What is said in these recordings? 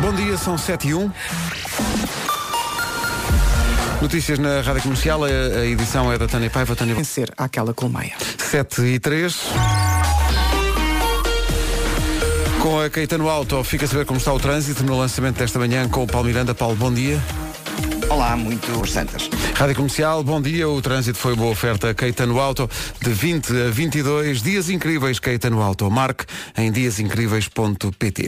Bom dia, são 7 e 1. Notícias na Rádio Comercial, a, a edição é da Tânia Paiva, Tânia... Vencer àquela colmeia. 7 e 3. Com a Caetano Auto, fica a saber como está o trânsito no lançamento desta manhã com o Paulo Miranda. Paulo, bom dia. Olá, muito santas. Rádio Comercial, bom dia. O trânsito foi boa oferta Caetano Auto, de 20 a 22. Dias incríveis Caetano Auto. Marque em diasincríveis.pt.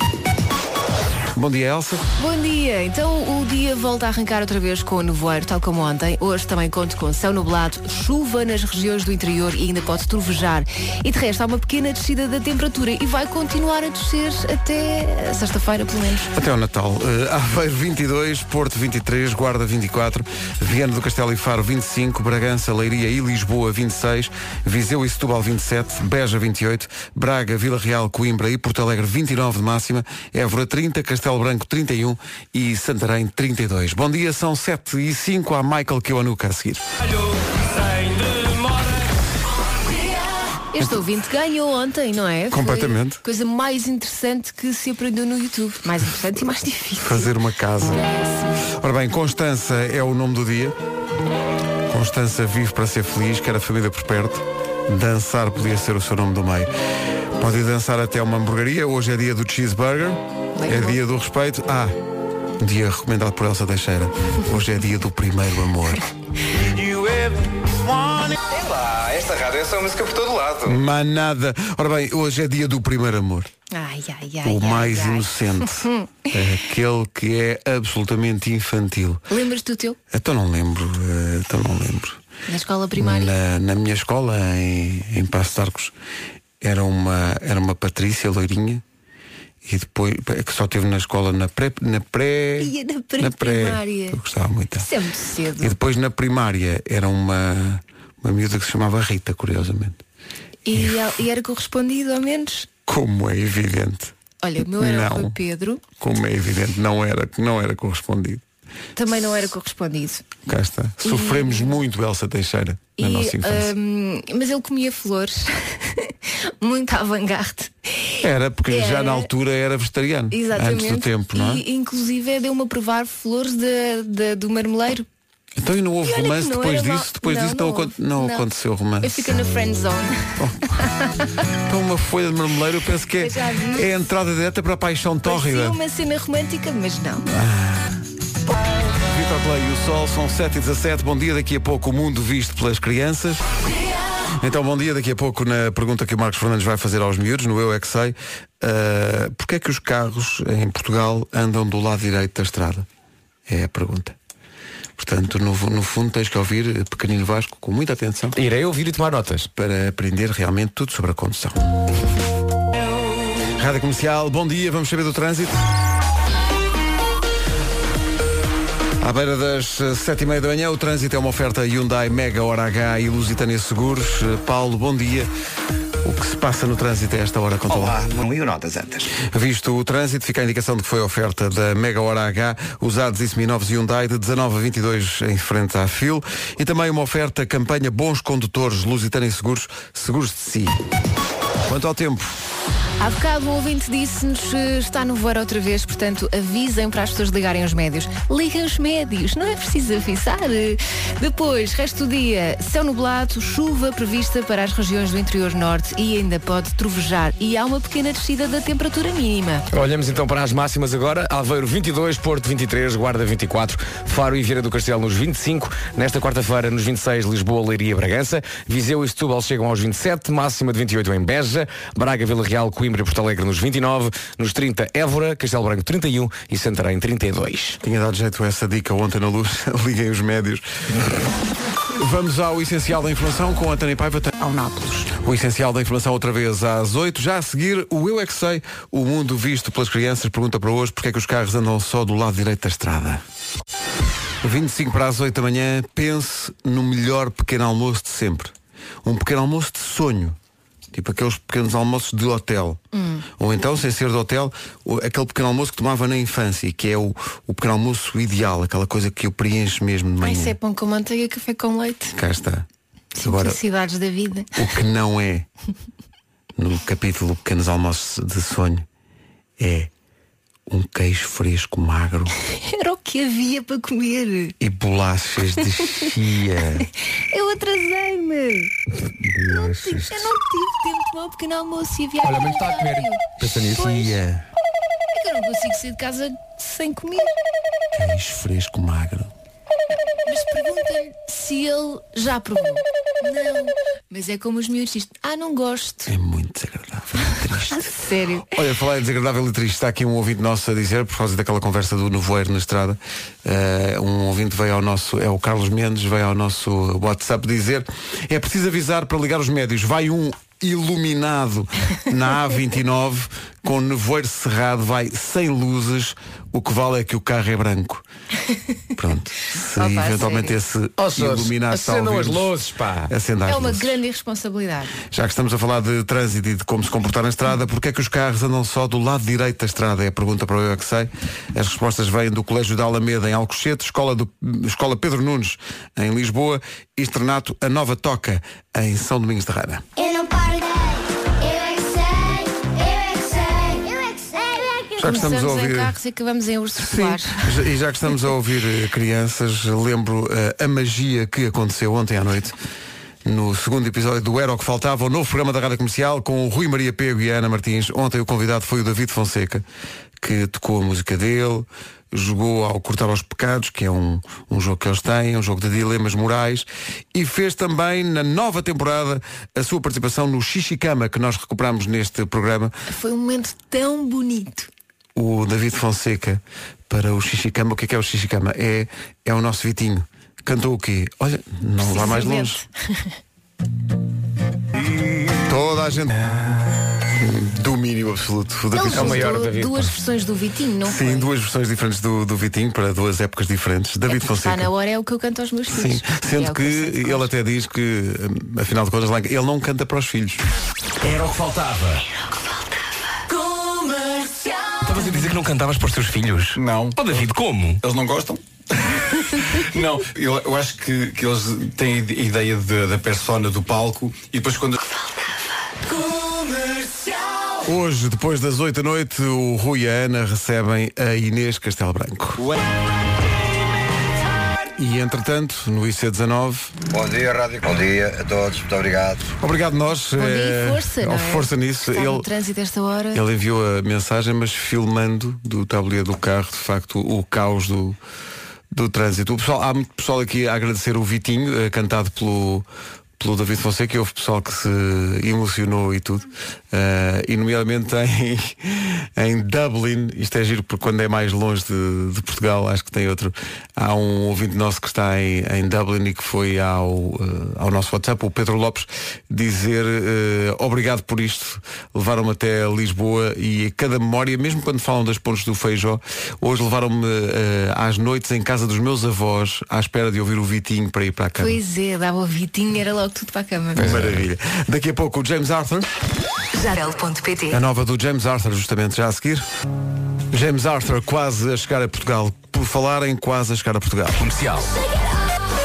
Bom dia, Elsa. Bom dia. Então o dia volta a arrancar outra vez com o nevoeiro, tal como ontem. Hoje também conto com céu nublado, chuva nas regiões do interior e ainda pode trovejar. E de resto há uma pequena descida da temperatura e vai continuar a descer até sexta-feira, pelo menos. Até ao Natal. Eh, Aveiro 22, Porto 23, Guarda 24, Viana do Castelo e Faro 25, Bragança, Leiria e Lisboa 26, Viseu e Setúbal 27, Beja 28, Braga, Vila Real, Coimbra e Porto Alegre 29 de máxima, Évora 30, Castelo Branco 31 e Santarém 32. Bom dia, são 7 e 5 a Michael Kiwanuka a seguir. Este ouvinte ganhou ontem, não é? Foi Completamente. a Coisa mais interessante que se aprendeu no YouTube. Mais interessante e mais difícil. Fazer uma casa. Ora bem, Constança é o nome do dia. Constança vive para ser feliz, quer a família por perto. Dançar podia ser o seu nome do meio. Pode ir dançar até uma hamburgueria. Hoje é dia do cheeseburger. É dia do respeito. Ah, dia recomendado por Elsa Teixeira. Hoje é dia do primeiro amor. Sei lá, esta rádio é só música por todo lado. Manada. Ora bem, hoje é dia do primeiro amor. Ai, ai, ai. O ai, mais ai. inocente. É aquele que é absolutamente infantil. Lembras-te do teu? Então não lembro. eh, Então não lembro. Na escola primária? Na, na minha escola, em, em Passo de Arcos, era uma, era uma Patrícia loirinha e depois eh, que só teve na escola na pré na pré Ia na pré- primária. eu gostava muito dela. Sempre é cedo. e depois na primária era uma uma miúda que se chamava Rita curiosamente E, ela- e era correspondido, ao menos? como é evidente Olha, o meu era Não. o Pedro, como é evidente não era não era correspondido também não era correspondido. cá está sofremos muito Elsa Teixeira na E, nossa infância hum, mas ele comia flores, muito à vanguarda. era porque já era- na altura era vegetariano Exatamente. antes do tempo não é? E inclusive deu-me a provar flores de, de- do marmeleiro. Então e não houve E olha que romance não depois era disso? mau- Depois disso não, acon- houve. não aconteceu romance. Eu fico na friend zone. Então uma folha de marmeleiro eu penso que é, Eu já vi. é a entrada direta para a paixão Parecia um tórrida. uma cena romântica, mas não. Vitor Clay e o Sol são 7 e 17 Bom dia, daqui a pouco o mundo visto pelas crianças. Então bom dia, daqui a pouco na pergunta que o Marcos Fernandes vai fazer aos miúdos, no Eu É Que Sei, ah, porquê é que os carros em Portugal andam do lado direito da estrada? É a pergunta. Portanto, no, no fundo tens que ouvir eh, Pequenino Vasco com muita atenção. Irei ouvir e tomar notas. para aprender realmente tudo sobre a condução. Rádio Comercial, bom dia, vamos saber do trânsito. À beira das eh, sete e meia da manhã, o trânsito é uma oferta Hyundai Mega Hora H e Lusitânia Seguros. Eh, Paulo, bom dia. O que se passa no trânsito a esta hora? Conta lá. Olá, não ligo notas antes. Visto o trânsito, fica a indicação de que foi a oferta da Mega Hora H, usados e seminovos Hyundai de 19 a 22 em frente à FIL e também uma oferta campanha Bons Condutores Lusitânia Seguros, Seguros de Si. Quanto ao tempo, Há bocado um ouvinte disse-nos eh, está no voar outra vez, portanto avisem para as pessoas ligarem os médios. Liguem os médios, não é preciso avisar. eh. Depois, resto do dia, céu nublado, chuva prevista para as regiões do interior norte e ainda pode trovejar. E há uma pequena descida da temperatura mínima. Olhamos então para as máximas agora. Aveiro 22, Porto 23, Guarda 24, Faro e Vieira do Castelo nos 25. Nesta quarta-feira, nos 26, Lisboa, Leiria e Bragança. Viseu e Setúbal chegam aos 27, máxima de 28 em Beja. Braga, Vila Real, Coimbra e Porto Alegre nos 29. Nos 30, Évora, Castelo Branco 31 e Santarém 32. tinha dado jeito a essa dica ontem na luz, liguem os médios. Vamos ao essencial da informação com António Paiva. Ao Nápoles. O essencial da informação outra vez às 8. Já a seguir, o Eu É Que Sei, o mundo visto pelas crianças, pergunta para hoje porque é que os carros andam só do lado direito da estrada. 25 para as 8 da manhã, pense no melhor pequeno almoço de sempre. Um pequeno almoço de sonho. Tipo aqueles pequenos almoços de hotel. Ou então, sem ser de hotel, o- aquele pequeno almoço que tomava na infância, que é o, o pequeno almoço ideal, aquela coisa que eu preencho mesmo de Ai, manhã. se é pão com manteiga, café com leite. Cá está. Agora, Simplicidades da vida. o que não é no capítulo Pequenos Almoços de Sonho é um queijo fresco magro Era o que havia para comer. e bolachas de chia. Eu atrasei-me. Eu não tive tempo de tomar um pequeno almoço e a viagem. Olha, mas está a comer. Pensa nisso. Pois. Chia, É que eu não consigo sair de casa sem comer. queijo fresco magro. Mas pergunta-me se ele já provou. Não. Mas é como os miúdos dizem, ah, não gosto. É muito desagradável. e triste. Sério. Olha, falar em desagradável e triste, está aqui um ouvinte nosso a dizer, por causa daquela conversa do nevoeiro na estrada, eh, um ouvinte veio ao nosso, é o Carlos Mendes, veio ao nosso WhatsApp dizer, é preciso avisar para ligar os médios, vai um iluminado na A29 com nevoeiro cerrado, vai sem luzes, o que vale é que o carro é branco. Pronto, se Opa, eventualmente sério. esse Ó, senhores, iluminado está a Oh, acendam as ouvir-nos, luzes, pá. Acenda as É uma luzes. grande irresponsabilidade. Já que estamos a falar de trânsito e de como se comportar na estrada, porque é que os carros andam só do lado direito da estrada? É a pergunta para o Eu É Que Sei. As respostas vêm do Colégio da Alameda, em Alcochete, Escola, do, Escola Pedro Nunes, em Lisboa, e Externato A Nova Toca, em São Domingos de Rana. Eu não parei. Eu é que sei, eu é que sei, eu é que sei, eu é que Já que estamos a Começamos ouvir- em carros e acabamos em ursos polares. já- e já que estamos a ouvir eh, crianças, lembro eh, a magia que aconteceu ontem à noite no segundo episódio do Era o que Faltava, o novo programa da Rádio Comercial com o Rui Maria Pego e a Ana Martins. Ontem o convidado foi o David Fonseca, que tocou a música dele, jogou ao Cortar aos Pecados, que é um, um jogo que eles têm, um jogo de dilemas morais, e fez também na nova temporada a sua participação no Xixicama, que nós recuperamos neste programa Foi um momento tão bonito. o David Fonseca para o Xixicama. O que é que é o Xixicama? É, é o nosso Vitinho. Cantou o quê? Olha, não vá mais longe. Precisamente. Toda a gente. Domínio absoluto. O David Ele Fonseca. maior juntou da vida. duas versões do Vitinho, não foi? Sim, duas versões diferentes do, do Vitinho para duas épocas diferentes. David Está na Fonseca. hora é o que eu canto aos meus filhos. Sim, sendo É o que eu sei de ele cor. até diz que, hum, afinal de contas, lá- ele não canta para os filhos. Era o que faltava. Estavas a dizer que não cantavas para os teus filhos? Não. Oh, David, como? Eles não gostam? não, eu, eu acho que, que eles têm a ide- ideia de- da persona do palco e depois quando. Hoje, depois das 8 da noite, o Rui e a Ana recebem a Inês Castelo Branco. E entretanto, no IC19, Bom dia, Rádio. Bom dia a todos, muito obrigado. Obrigado nós. Bom dia eh, e força, não oh, é? Força nisso. Estar no Ele, trânsito a esta hora. ele enviou a mensagem, mas filmando do tabuleiro do carro, de facto, o caos do, do trânsito. O pessoal, há muito pessoal aqui a agradecer o Vitinho, eh, cantado pelo, pelo David Fonseca, e houve pessoal que se emocionou e tudo. Eh, e nomeadamente em, em Dublin, isto é giro porque quando é mais longe de, de Portugal, acho que tem outro. Há um ouvinte nosso que está em, em Dublin e que foi ao, eh, ao nosso WhatsApp, o Pedro Lopes, dizer eh, obrigado por isto. Levaram-me até Lisboa e a cada memória, mesmo quando falam das pontes do Feijó, hoje levaram-me eh, às noites em casa dos meus avós, à espera de ouvir o Vitinho para ir para a cama. é. Pois é, dava o Vitinho, era logo tudo para a cama. Maravilha. Daqui a pouco o James Arthur. Jarel.pt A nova do James Arthur, justamente já a seguir. James Arthur quase a chegar a Portugal. Por falarem quase a chegar a Portugal. Comercial.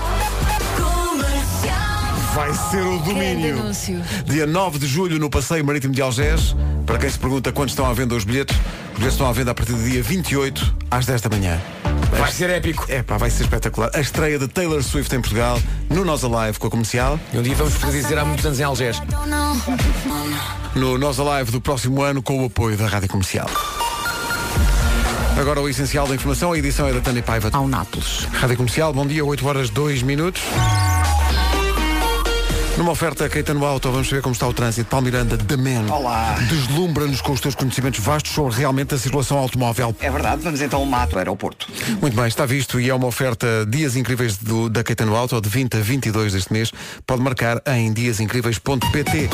é. Vai ser o Grande domínio. anúncio. Dia 9 de julho no Passeio Marítimo de Algés. Para quem se pergunta quando estão à venda os bilhetes, os bilhetes estão à venda a partir do dia 28 às 10 da manhã. Vai ser épico. É pá, vai ser espetacular. A estreia de Taylor Swift em Portugal, no Nós Alive com a comercial. E um dia vamos poder dizer há muitos anos em Algés. no Nós Alive do próximo ano com o apoio da Rádio Comercial. Agora o essencial da informação, a edição é da Tânia Paiva. Ao Nápoles. Rádio Comercial, bom dia, 8 horas 2 minutos. Numa oferta Caetano Auto, vamos ver como está o trânsito. Paulo Miranda, The Man. Olá. Deslumbra-nos com os teus conhecimentos vastos sobre realmente a circulação automóvel. É verdade, vamos então ao mato, aeroporto. Muito bem, está visto e é uma oferta Dias Incríveis do, da Caetano Auto de 20 a 22 deste mês. Pode marcar em diasincríveis.pt.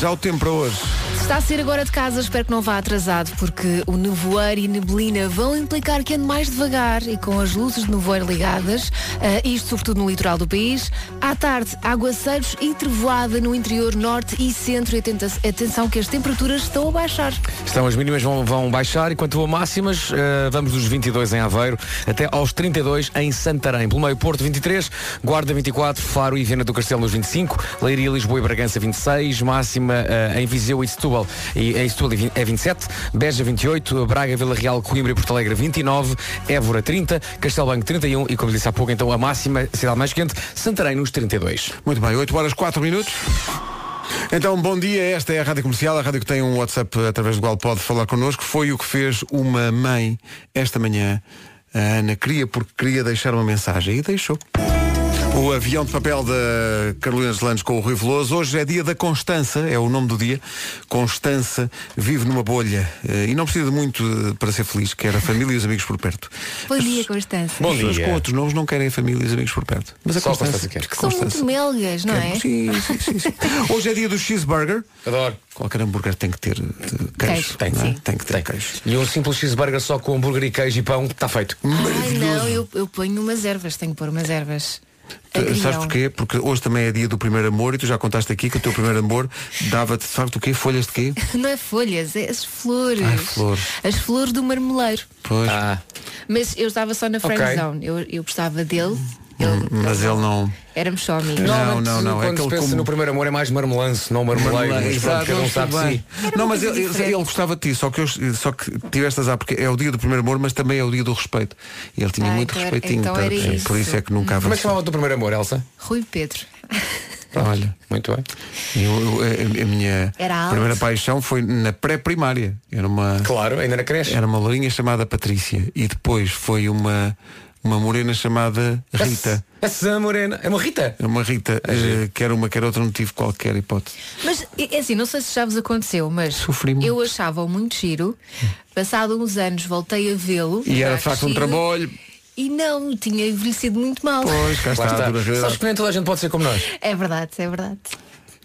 Já o tempo para hoje. Se está a ser agora de casa, espero que não vá atrasado, porque o nevoeiro e neblina vão implicar que ande mais devagar e com eh, as luzes de nevoeiro ligadas, ah, isto sobretudo no litoral do país. À tarde, aguaceiros e e trevoada no interior norte e centro. E atenta- atenção que as temperaturas estão a baixar. Estão, as mínimas vão, vão baixar e quanto a máximas, eh, vamos dos 22 em Aveiro até aos 32 em Santarém. Pelo meio, Porto 23, Guarda 24, Faro e Viana do Castelo nos 25, Leiria, Lisboa e Bragança 26, máxima eh, em Viseu e Setúbal, e, em Setúbal e vi- é 27, Beja 28, Braga, Vila Real, Coimbra e Porto Alegre 29, Évora 30, Castelo Branco 31 e como disse há pouco, então a máxima, cidade mais quente, Santarém nos 32. Muito bem, 8 horas 4 minutos. Então, bom dia, esta é a Rádio Comercial, a rádio que tem um WhatsApp através do qual pode falar connosco. Foi o que fez uma mãe esta manhã. A Ana queria porque queria deixar uma mensagem e deixou. O avião de papel da Carolina dos Landes com o Rui Veloso. Hoje é dia da Constança, é o nome do dia. Constança vive numa bolha eh, e não precisa de muito eh, para ser feliz, quer a família e os amigos por perto. Bom dia, Constança. As pessoas com outros nomes não querem a família e os amigos por perto. Mas a Só a Constança, Constança quer. Porque são muito melgas, não é? Sim, sim, sim, sim. Hoje é dia do cheeseburger. Adoro. Qualquer hambúrguer tem que ter eh, queijo. Queijo, não é? sim. Tem que ter queijo. E um simples cheeseburger só com hambúrguer e queijo e pão, está feito. Ai não, eu, eu ponho umas ervas, tenho que pôr umas ervas. Tu- Eh, Sabes Agrião. porquê? Porque hoje também é dia do primeiro amor e tu já contaste aqui que o teu primeiro amor dava-te, sabes o quê? Folhas de quê? Não é folhas, é as flores. Ai, flores. As flores do marmeleiro. Pois. Ah, Mas eu estava só na friend Ok. zone. Eu, eu gostava dele. Ele, Mas ele não. Éramos só amigos. Não, Normalmente, não, não, é Quando aquele se pensa como- no primeiro amor é mais marmelance, não marmeleiro. Mas pronto, cada um sabe de si. Era Não, uma mas coisa ele, ele- diferente. ele gostava de ti, só que, eu, só que tiveste azar, porque é o dia do primeiro amor, mas também é o dia do respeito. E ele tinha Ah, muito então era- respeitinho, então era por- isso. por isso é que nunca Como é que avançou. chamava o teu primeiro amor, Elsa? Rui Pedro. Olha. Muito bem. Eu- eu- a, a minha Era alto. primeira paixão foi na pré-primária. Era uma, Claro, ainda na creche. era uma lourinha chamada Patrícia e depois foi uma, uma morena chamada Rita. Essa morena. É uma Rita. Uma Rita, É eh, quer uma, quer outra, não tive qualquer hipótese. Mas é assim, não sei se já vos aconteceu, mas Sofri muito. eu achava muito giro. Passado uns anos voltei a vê-lo. E era já de facto um crescido, trabalho. E não, tinha envelhecido muito mal. Pois, cá está, Lá a está. dura Sabes realidade. que nem toda a gente pode ser como nós. É verdade, é verdade.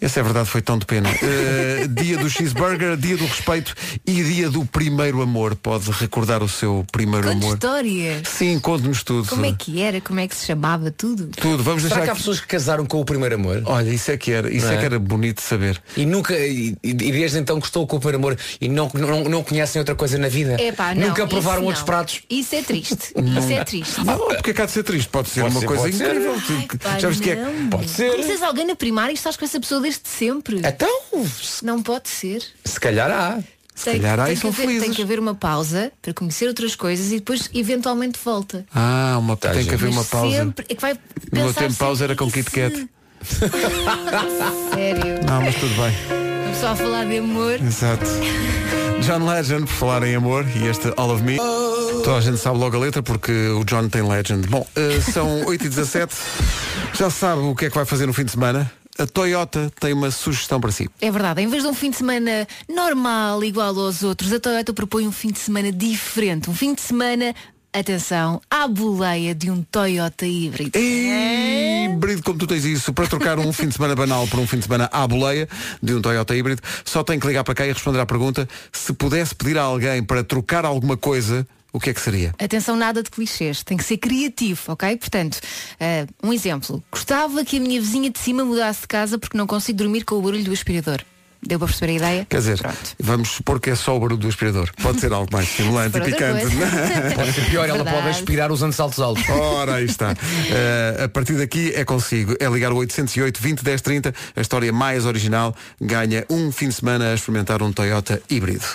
Essa é verdade, foi tão de pena. Eh, dia do cheeseburger, dia do respeito e dia do primeiro amor. Pode recordar o seu primeiro Quanta amor. história! Sim, conte-nos tudo. Como é que era? Como é que se chamava tudo? Tudo, vamos deixar Será que há aqui- pessoas que casaram com o primeiro amor? Olha, isso é que era, isso Não é? é? que era bonito de saber. E nunca, e, e desde então que estou com o primeiro amor e não, não, não conhecem outra coisa na vida. Epá, não, nunca provaram isso outros não. pratos. Isso é triste. Isso é triste. Ah, porque é que há de ser triste? Pode ser Pode uma ser, coisa pode ser. incrível. Ai, Tu- pá, já viste que é- não. Pode ser. Conheces alguém na primária e estás com essa pessoa desde sempre? Então, Não pode ser. se calhar há. Se calhar, ai, tem, que são haver, felizes. tem que haver uma pausa para conhecer outras coisas e depois eventualmente volta. Ah, uma, Tá, tem que gente. haver Mas uma pausa. Sempre, é que vai meu pensar tempo, pausa sempre era com que Kit Kat. se- Sério. Não, mas tudo bem. Uma pessoa a falar de amor. Exato. John Legend, por falar em amor, e este All of Me. Toda a gente sabe logo a letra porque o John tem Legend. Bom, eh, são 8h17. Já sabe o que é que vai fazer no fim de semana? A Toyota tem uma sugestão para si. É verdade, em vez de um fim de semana normal, igual aos outros, a Toyota propõe um fim de semana diferente. Um fim de semana, atenção, à boleia de um Toyota híbrido. É. Híbrido, como tu tens isso, para trocar um fim de semana banal por um fim de semana à boleia de um Toyota híbrido, só tem que ligar para cá e responder à pergunta se pudesse pedir a alguém para trocar alguma coisa, o que é que seria? Atenção, nada de clichês, tem que ser criativo, ok? Portanto, eh, um exemplo. Gostava que a minha vizinha de cima mudasse de casa porque não consigo dormir com o barulho do aspirador. Deu para perceber a ideia? Quer dizer, Pronto. vamos supor que é só o barulho do aspirador. Pode ser algo mais estimulante e Para outra picante. é? coisa. Pode ser pior, ela Verdade. pode aspirar usando saltos altos. Ora, aí está. Eh, a partir daqui é consigo. É ligar o 808 20 10 30. A história mais original ganha um fim de semana a experimentar um Toyota híbrido.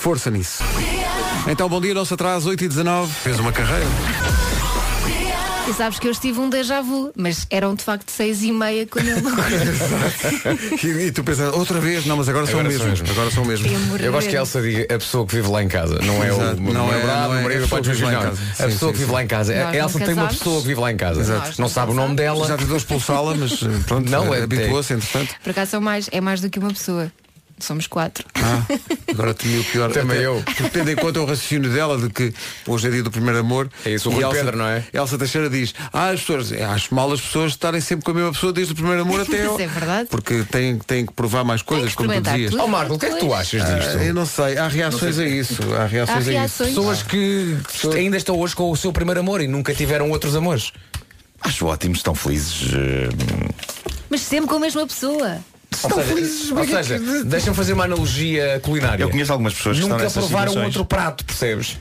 Força nisso. Então, bom dia, nosso atraso, 8 e 19 Fez uma carreira. E sabes que eu estive um déjà vu, mas eram de facto seis e meia quando eu E, e tu pensas, outra vez? Não, mas agora, são o Agora sou mesmo. mesmo. Agora são o mesmo. Eu gosto que a Elsa diga a pessoa que vive lá em casa, não é o Exato. meu Não é- namorado, não é o a marido, pessoa pode que vive lá em não. casa. A Sim, pessoa sim, que vive sim. lá em casa. Nós A não Elsa tem uma casámos. pessoa que vive lá em casa. Exato. Nós Não não sabe o nome dela. Já tentou expulsá-la, mas eh, pronto, Não, é- habituou-se, entretanto. Por acaso são mais, é mais do que uma pessoa. Somos quatro. Ah, agora temi o pior. Também Até- eu. Porque tendo em conta o raciocínio dela de que hoje é dia do primeiro amor. É isso, o e Rui Elsa, Pedro, não é? Elsa Teixeira diz, ah, as pessoas, eh, acho mal as pessoas estarem sempre com a mesma pessoa desde o primeiro amor até Isso ao-" é verdade. Porque têm, têm que provar mais coisas, como tu experimentar dizias. tudo. Ó Marco, o que é que tu achas disto? Ah, eu não sei, há reações a isso. Há Há reações a isso. reações. Pessoas que ainda estão hoje com o seu primeiro amor e nunca tiveram outros amores. Acho ótimo, estão felizes. eh, Mas sempre com a mesma pessoa. Estão felizes, ou seja, deixa-me fazer uma analogia culinária. Eu conheço algumas pessoas que Nunca estão nessas provaram situações. outro prato, percebes?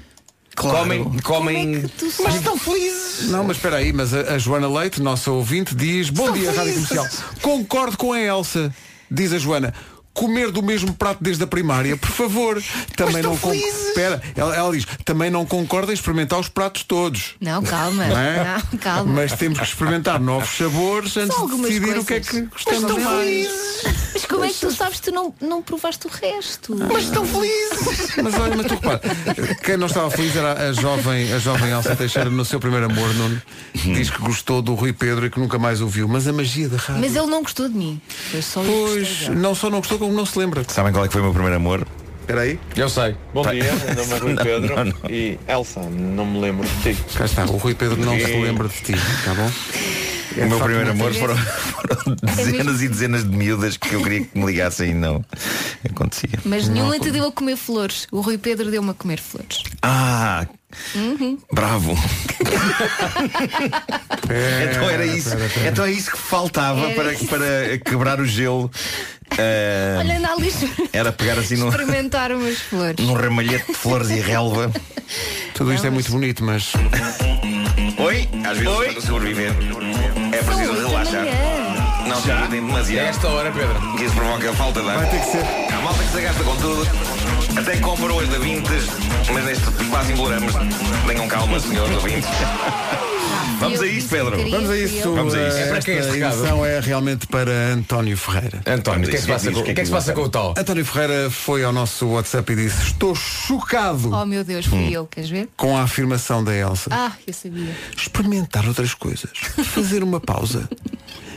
Claro. Comem, comem. é Mas estão felizes. Não, mas espera aí, mas a, a Joana Leite, nossa ouvinte, diz Bom dia, Rádio Comercial. Concordo com a Elsa, diz a Joana. Comer do mesmo prato desde a primária, por favor. Também não con- Espera, ela, ela diz, também não concorda em experimentar os pratos todos. Não, calma. Não é? Não, calma. Mas temos que experimentar novos sabores antes de algumas decidir coisas. o que é que Mas gostamos estão mais. Mas como é que tu sabes que tu não, não provaste o resto? Mas estão felizes. Mas olha, mas tu repara, quem não estava feliz era a jovem, a jovem Elsa Teixeira no seu primeiro amor, Nuno. Uhum. Diz que gostou do Rui Pedro e que nunca mais ouviu. Mas a magia da rádio. Mas ele não gostou de mim. Foi só eu que gostei Pois, dele. não só não gostou, como não se lembra. Sabem qual é que foi o meu primeiro amor? Espera aí. Eu sei. Bom tá- dia, meu nome é Rui Pedro e Elsa, não me lembro de ti. Cá está, o Rui Pedro não se E- lembra de ti, tá bom? O meu primeiro amor vez. foram, foram dezenas e dezenas de miúdas que eu queria que me ligassem e não acontecia. Mas nenhuma te deu a comer flores. O Rui Pedro deu-me a comer flores. Ah, bravo. então era isso. Então é isso que faltava Era para, isso. para quebrar o gelo. Ah, Olha, na lista. era pegar assim num, Experimentar umas flores. num ramalhete de flores e relva. Tudo isto é muito bonito, mas Oi, às vezes para sobreviver é preciso São oito da relaxar. manhã. Não se irritem demasiado. Esta hora, Pedro. que Isso provoca falta de ar. vai ter que ser. A malta que se gasta com tudo. Até compra hoje da Vintes, mas neste quase embolamos. Tenham calma, senhores ouvintes. Vamos a isto, Pedro. Vamos a isso. Vamos a isso. eh, É para quem esta este recado? edição é realmente para António Ferreira. António, o que é que se passa com- o que é que se passa com o tal? António Ferreira foi ao nosso WhatsApp e disse Estou chocado Oh meu Deus, Hum. fui eu, queres ver? com a afirmação da Elsa. Ah, eu sabia. experimentar outras coisas, fazer uma pausa.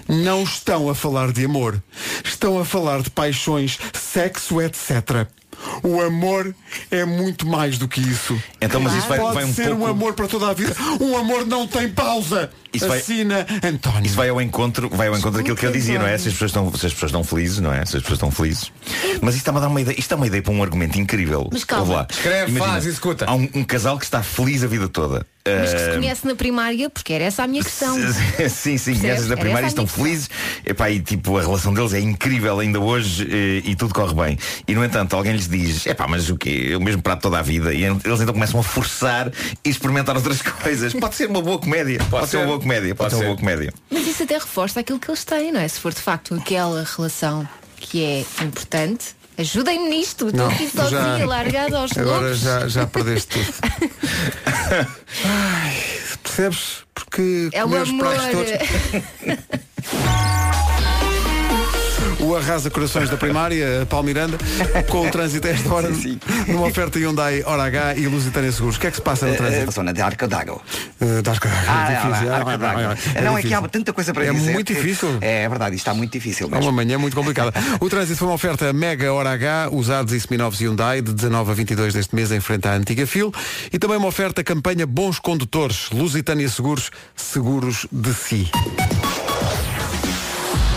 Não estão a falar de amor, estão a falar de paixões, sexo, etc. O amor é muito mais do que isso. Então, mas isso vai, Pode vai um ser pouco. um amor para toda a vida. Um amor não tem pausa. Isso vai- Assina António. Isso vai ao encontro, vai ao encontro daquilo que eu dizia, não é? António. Se as pessoas estão, se as pessoas estão felizes, não é? Se as pessoas estão felizes. Mas isto está-me a dar uma ideia, isto é uma ideia para um argumento incrível. Mas calma. Ouve lá. Escreve, faz, executa. Há um, um casal que está feliz a vida toda. Mas que Ah, Hum. se conhece na primária, porque era essa a minha questão. Sim, sim, Percebes? crianças da Era primária essa a estão minha felizes Epá, e tipo, a relação deles é incrível ainda hoje eh, E tudo corre bem E no entanto, alguém lhes diz Epá, mas o quê? O mesmo prato toda a vida E en- eles então começam a forçar e experimentar outras coisas Pode ser uma boa comédia Pode, ser. ser. uma boa comédia Pode, Pode ser uma ser. boa comédia Mas isso até reforça aquilo que eles têm, não é? Se for de facto aquela relação que é importante, ajudem-me nisto. Estou Não, aqui sozinha, já- largada aos Agora lobos. já, já perdeste tudo. Ai, percebes? Porque É o comer os amor. pratos todos. O Arrasa Corações da Primária, Paulo Miranda, com o trânsito a esta hora, numa oferta Hyundai Hora H e Lusitânia Seguros. O que é que se passa no trânsito? A zona de Arca d'Água. Uh, das Eh, Ah, é difícil. não, Arca Ah, d'Água. é Não, é que difícil. há tanta coisa para É dizer. que- muito difícil. É, verdade, isto está muito difícil É uma mesmo. manhã muito complicada. O trânsito foi uma oferta Mega Hora H, usados e seminovos Hyundai, de 19 a 22 deste mês, em frente à antiga Fil. E também uma oferta campanha Bons Condutores, Lusitânia Seguros, seguros de si.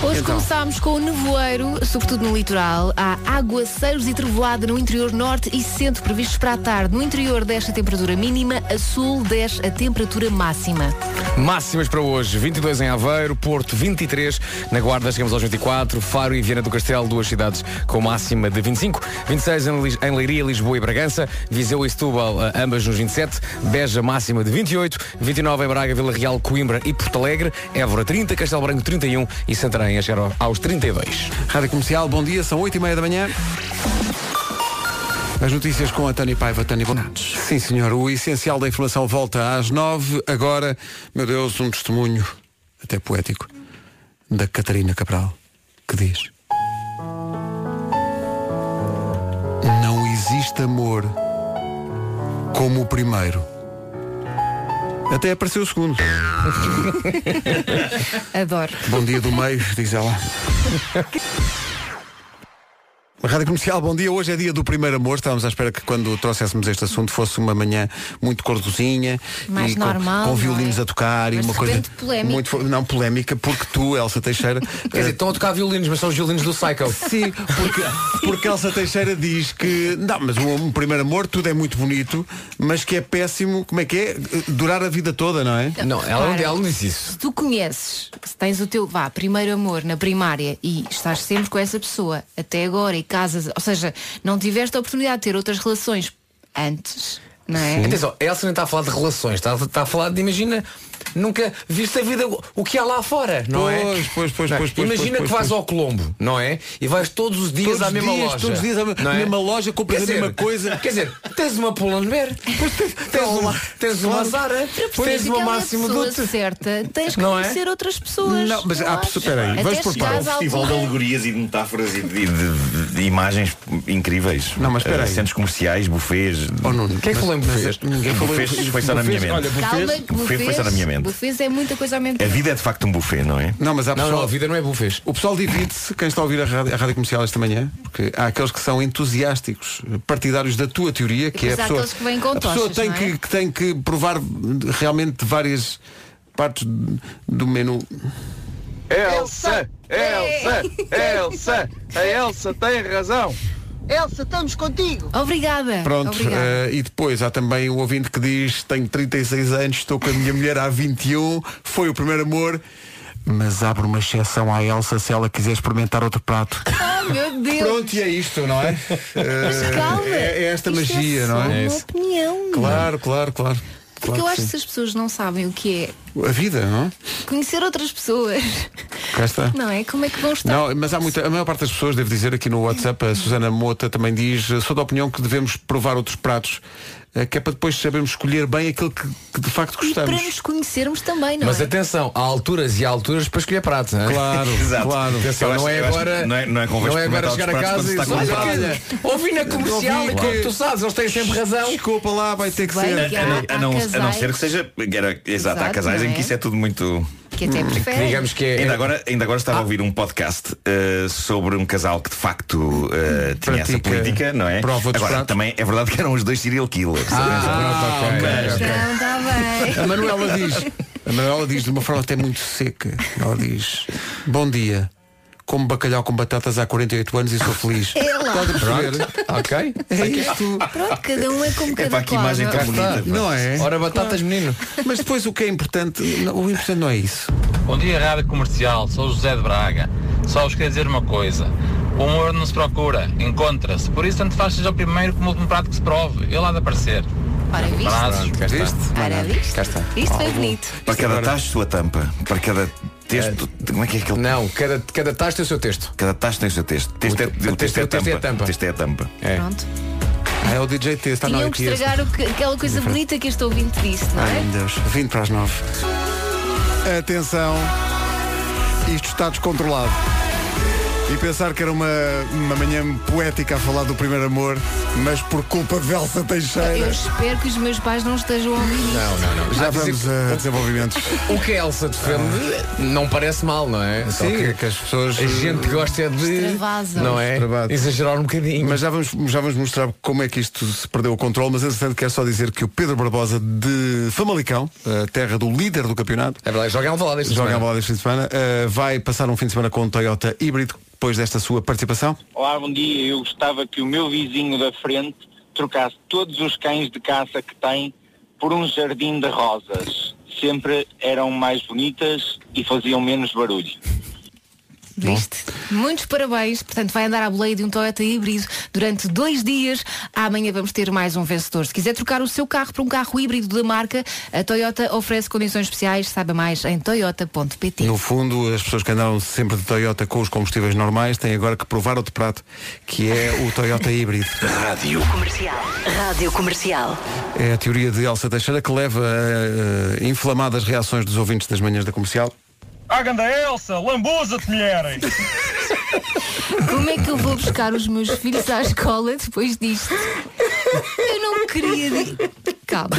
Hoje Então. começámos com o nevoeiro, sobretudo no litoral. Há aguaceiros e trevoada no interior norte e centro previstos para a tarde. No interior desta temperatura mínima, a sul desce a temperatura máxima. Máximas para hoje, 22 em Aveiro, Porto 23, na Guarda chegamos aos 24, Faro e Viana do Castelo, duas cidades com máxima de 25, 26 em, Lis- em Leiria, Lisboa e Bragança, Viseu e Setúbal, eh, ambas nos 27, Beja máxima de 28, 29 em Braga, Vila Real, Coimbra e Porto Alegre, Évora 30, Castelo Branco 31 e Santarém a chegar ao- aos 32. Rádio Comercial, bom dia, são 8 e meia da manhã. As notícias com a Tânia Paiva, Tânia Bonatos. Sim, senhor, o essencial da informação volta às 9. Agora, meu Deus, um testemunho, até poético, da Catarina Cabral, que diz: Não existe amor como o primeiro. Até apareceu o segundo. Adoro. Bom dia do meio, diz ela. Rádio Comercial, bom dia. Hoje é dia do primeiro amor. Estávamos à espera que quando trouxéssemos este assunto fosse uma manhã muito cordozinha. Mais e normal, Com, não com violinos é? a tocar Mas e uma de coisa. repente polémica. então, Muito, fo- não, polémica, porque tu, Elsa Teixeira. eh, Quer dizer, estão a tocar violinos, mas são os violinos do Psycho. Sim, porque, porque Elsa Teixeira diz que não, mas o, o primeiro amor tudo é muito bonito, mas que é péssimo, como é que é? Durar a vida toda, não é? Não, ela não- ela não disse isso. Se tu conheces, se tens o teu vá, primeiro amor na primária e estás sempre com essa pessoa até agora e casas, ou seja, não tiveste a oportunidade de ter outras relações antes, não é? Atenção, a Elsa nem está a falar de relações, está, está a falar de, imagina, nunca viste a vida, o que há lá fora, não é? Pois, pois, pois, Não é? pois, pois, pois, Imagina pois, que vais pois. ao Colombo, não é? E vais todos os dias Todos à os mesma dias, loja. todos os dias à me- não é? mesma loja, compras Quer a mesma coisa. Quer dizer, tens uma Pull&Bear, tens, uma, tens uma Claro. Zara, tens é uma Máximo pessoa Dutra. certa, tens que Não é? conhecer outras pessoas. Não, mas ah, há eu pessoas- acho. peraí, Até vamos por chegares partes. à é Festival de altura- alegorias e de metáforas e de, de- de imagens incríveis. Não, mas espera Eh, aí. Centros comerciais, bufês. Oh, Nuno, Quem é que falou em bufês? ninguém falou em Bufês foi só na minha Bufês, mente. olha, Calma, que Bufês foi só na minha mente. bufês é muita coisa ao mesmo A tempo. vida é de facto um buffet, não é? Não, mas há Não, pessoal, não, a vida não é bufês. O pessoal divide-se, quem está a ouvir a rádio, a rádio comercial esta manhã, porque há aqueles que são entusiásticos, partidários da tua teoria, que é depois a há pessoa. aqueles que vêm com a pessoa tochas, tem, não é? que, que tem que provar hum, realmente várias partes do menu. Elsa, Elsa, Elsa, a Elsa tem razão. Elsa, estamos contigo. Obrigada. Pronto, Obrigada. eh, e depois há também o ouvinte que diz, tenho 36 anos, estou com a minha mulher há 21, foi o primeiro amor, mas abre uma exceção à Elsa se ela quiser experimentar outro prato. Oh meu Deus. Pronto, e é isto, não é? Mas Eh, calma. é, é esta Isto magia, é só não uma é? opinião. Claro, claro, claro. Porque Claro eu acho que que sim. se as pessoas não sabem o que é A vida, não é? conhecer outras pessoas, Cá está. não é? Como é que vão estar? Não, mas há muita, a maior parte das pessoas, devo dizer aqui no WhatsApp, a Susana Mota também diz, sou da opinião que devemos provar outros pratos, eh, que é para depois sabermos escolher bem aquilo que, que de facto e para gostamos. nos conhecermos também, não Mas é? atenção, há alturas e há alturas para escolher prato. não é? Claro, Exato. claro. Atenção, Eu acho- não é eu acho que agora, não é- não é convosco agora experimentar chegar a os pratos casa e quando se olha, está com olha, ouvi na comercial, Ouvi, como claro. tu sabes, eles têm sempre razão. Desculpa lá, vai ter que Bem ser. que A há- não- há a, não, a não casais ser que seja. Era, exato, há Exato, casais não em é? que isso é tudo muito. Que até preferem. Digamos que é. Ainda agora, ainda agora Ah. estava a ouvir um podcast eh, sobre um casal que de facto eh, tinha essa Pratica política, não é? prova dos agora, pratos. também é verdade que eram os dois serial killers. Ah, pronto, ok, ok. Não, está A Então, tá bem. Manuela diz, a Manuela diz de uma forma até muito seca. Ela diz, bom dia, como bacalhau com batatas há 48 anos e sou feliz. É lá. Pode perceber? Ok. É isto. Pronto, cada um é como É cada para qual. que imagem não é? tão bonita. pá. Não é? Ora batatas, menino. Mas depois o que é importante, não, o importante não é isso. Bom dia, Rádio Comercial. Sou o José de Braga. Só vos queria dizer uma coisa. O amor não se procura, encontra-se. Por isso, tanto faz seja o primeiro como o último prato que se prove. Ele há de aparecer. Ora, viste? Abraços. Cá está. Ora, viste? Isto foi bonito. Para cada tacho, sua tampa. Para cada texto. Como é que é aquele. Não, cada, cada taxa tem o seu texto. Cada tacho tem o seu texto. Texto é- o O texto é a texto- o texto é a tampa. tampa. O texto é a tampa. Pronto. Ah, é o DJ T, está na Tinham que aqui. este. estragar o que- aquela coisa bonita que este ouvinte disse, não Ai é? meu Deus, 20 para as 9. Atenção, isto está descontrolado. E pensar que era uma, uma manhã poética a falar do primeiro amor, mas por culpa de Elsa Eu Teixeira, espero que os meus pais não estejam a ouvir. Não, não, não. já Há de dizer vamos a desenvolvimentos. que O que a Elsa defende não parece mal, não é? Só que as pessoas. a gente gosta é de. Extravasam. Não é? Extravasam. Exagerar um bocadinho. eh, Mas já vamos, já vamos mostrar como é que isto se perdeu o controle, mas entretanto quero só dizer que o Pedro Barbosa de Famalicão, a terra do líder do campeonato, É verdade, joga em Alvalade esta joga a semana. bola deste fim de semana, eh, vai passar um fim de semana com um Toyota híbrido depois desta sua participação. Olá, bom dia. Eu gostava que o meu vizinho da frente trocasse todos os cães de caça que tem por um jardim de rosas. Sempre eram mais bonitas e faziam menos barulho. Viste? Muitos parabéns. Portanto, vai andar à boleia de um Toyota híbrido durante dois dias. Amanhã vamos ter mais um vencedor. Se quiser trocar o seu carro por um carro híbrido da marca, a Toyota oferece condições especiais. Saiba mais em toyota.pt. No fundo, as pessoas que andaram sempre de Toyota com os combustíveis normais têm agora que provar outro prato, que é o Toyota híbrido. Comercial. Rádio Comercial. É a teoria de Elsa Teixeira que leva a eh, inflamadas reações dos ouvintes das manhãs da comercial. Ah, ganda Elsa, lambuza-te, mulher! Como é que eu vou buscar os meus filhos à escola depois disto? Eu não queria. di- calma.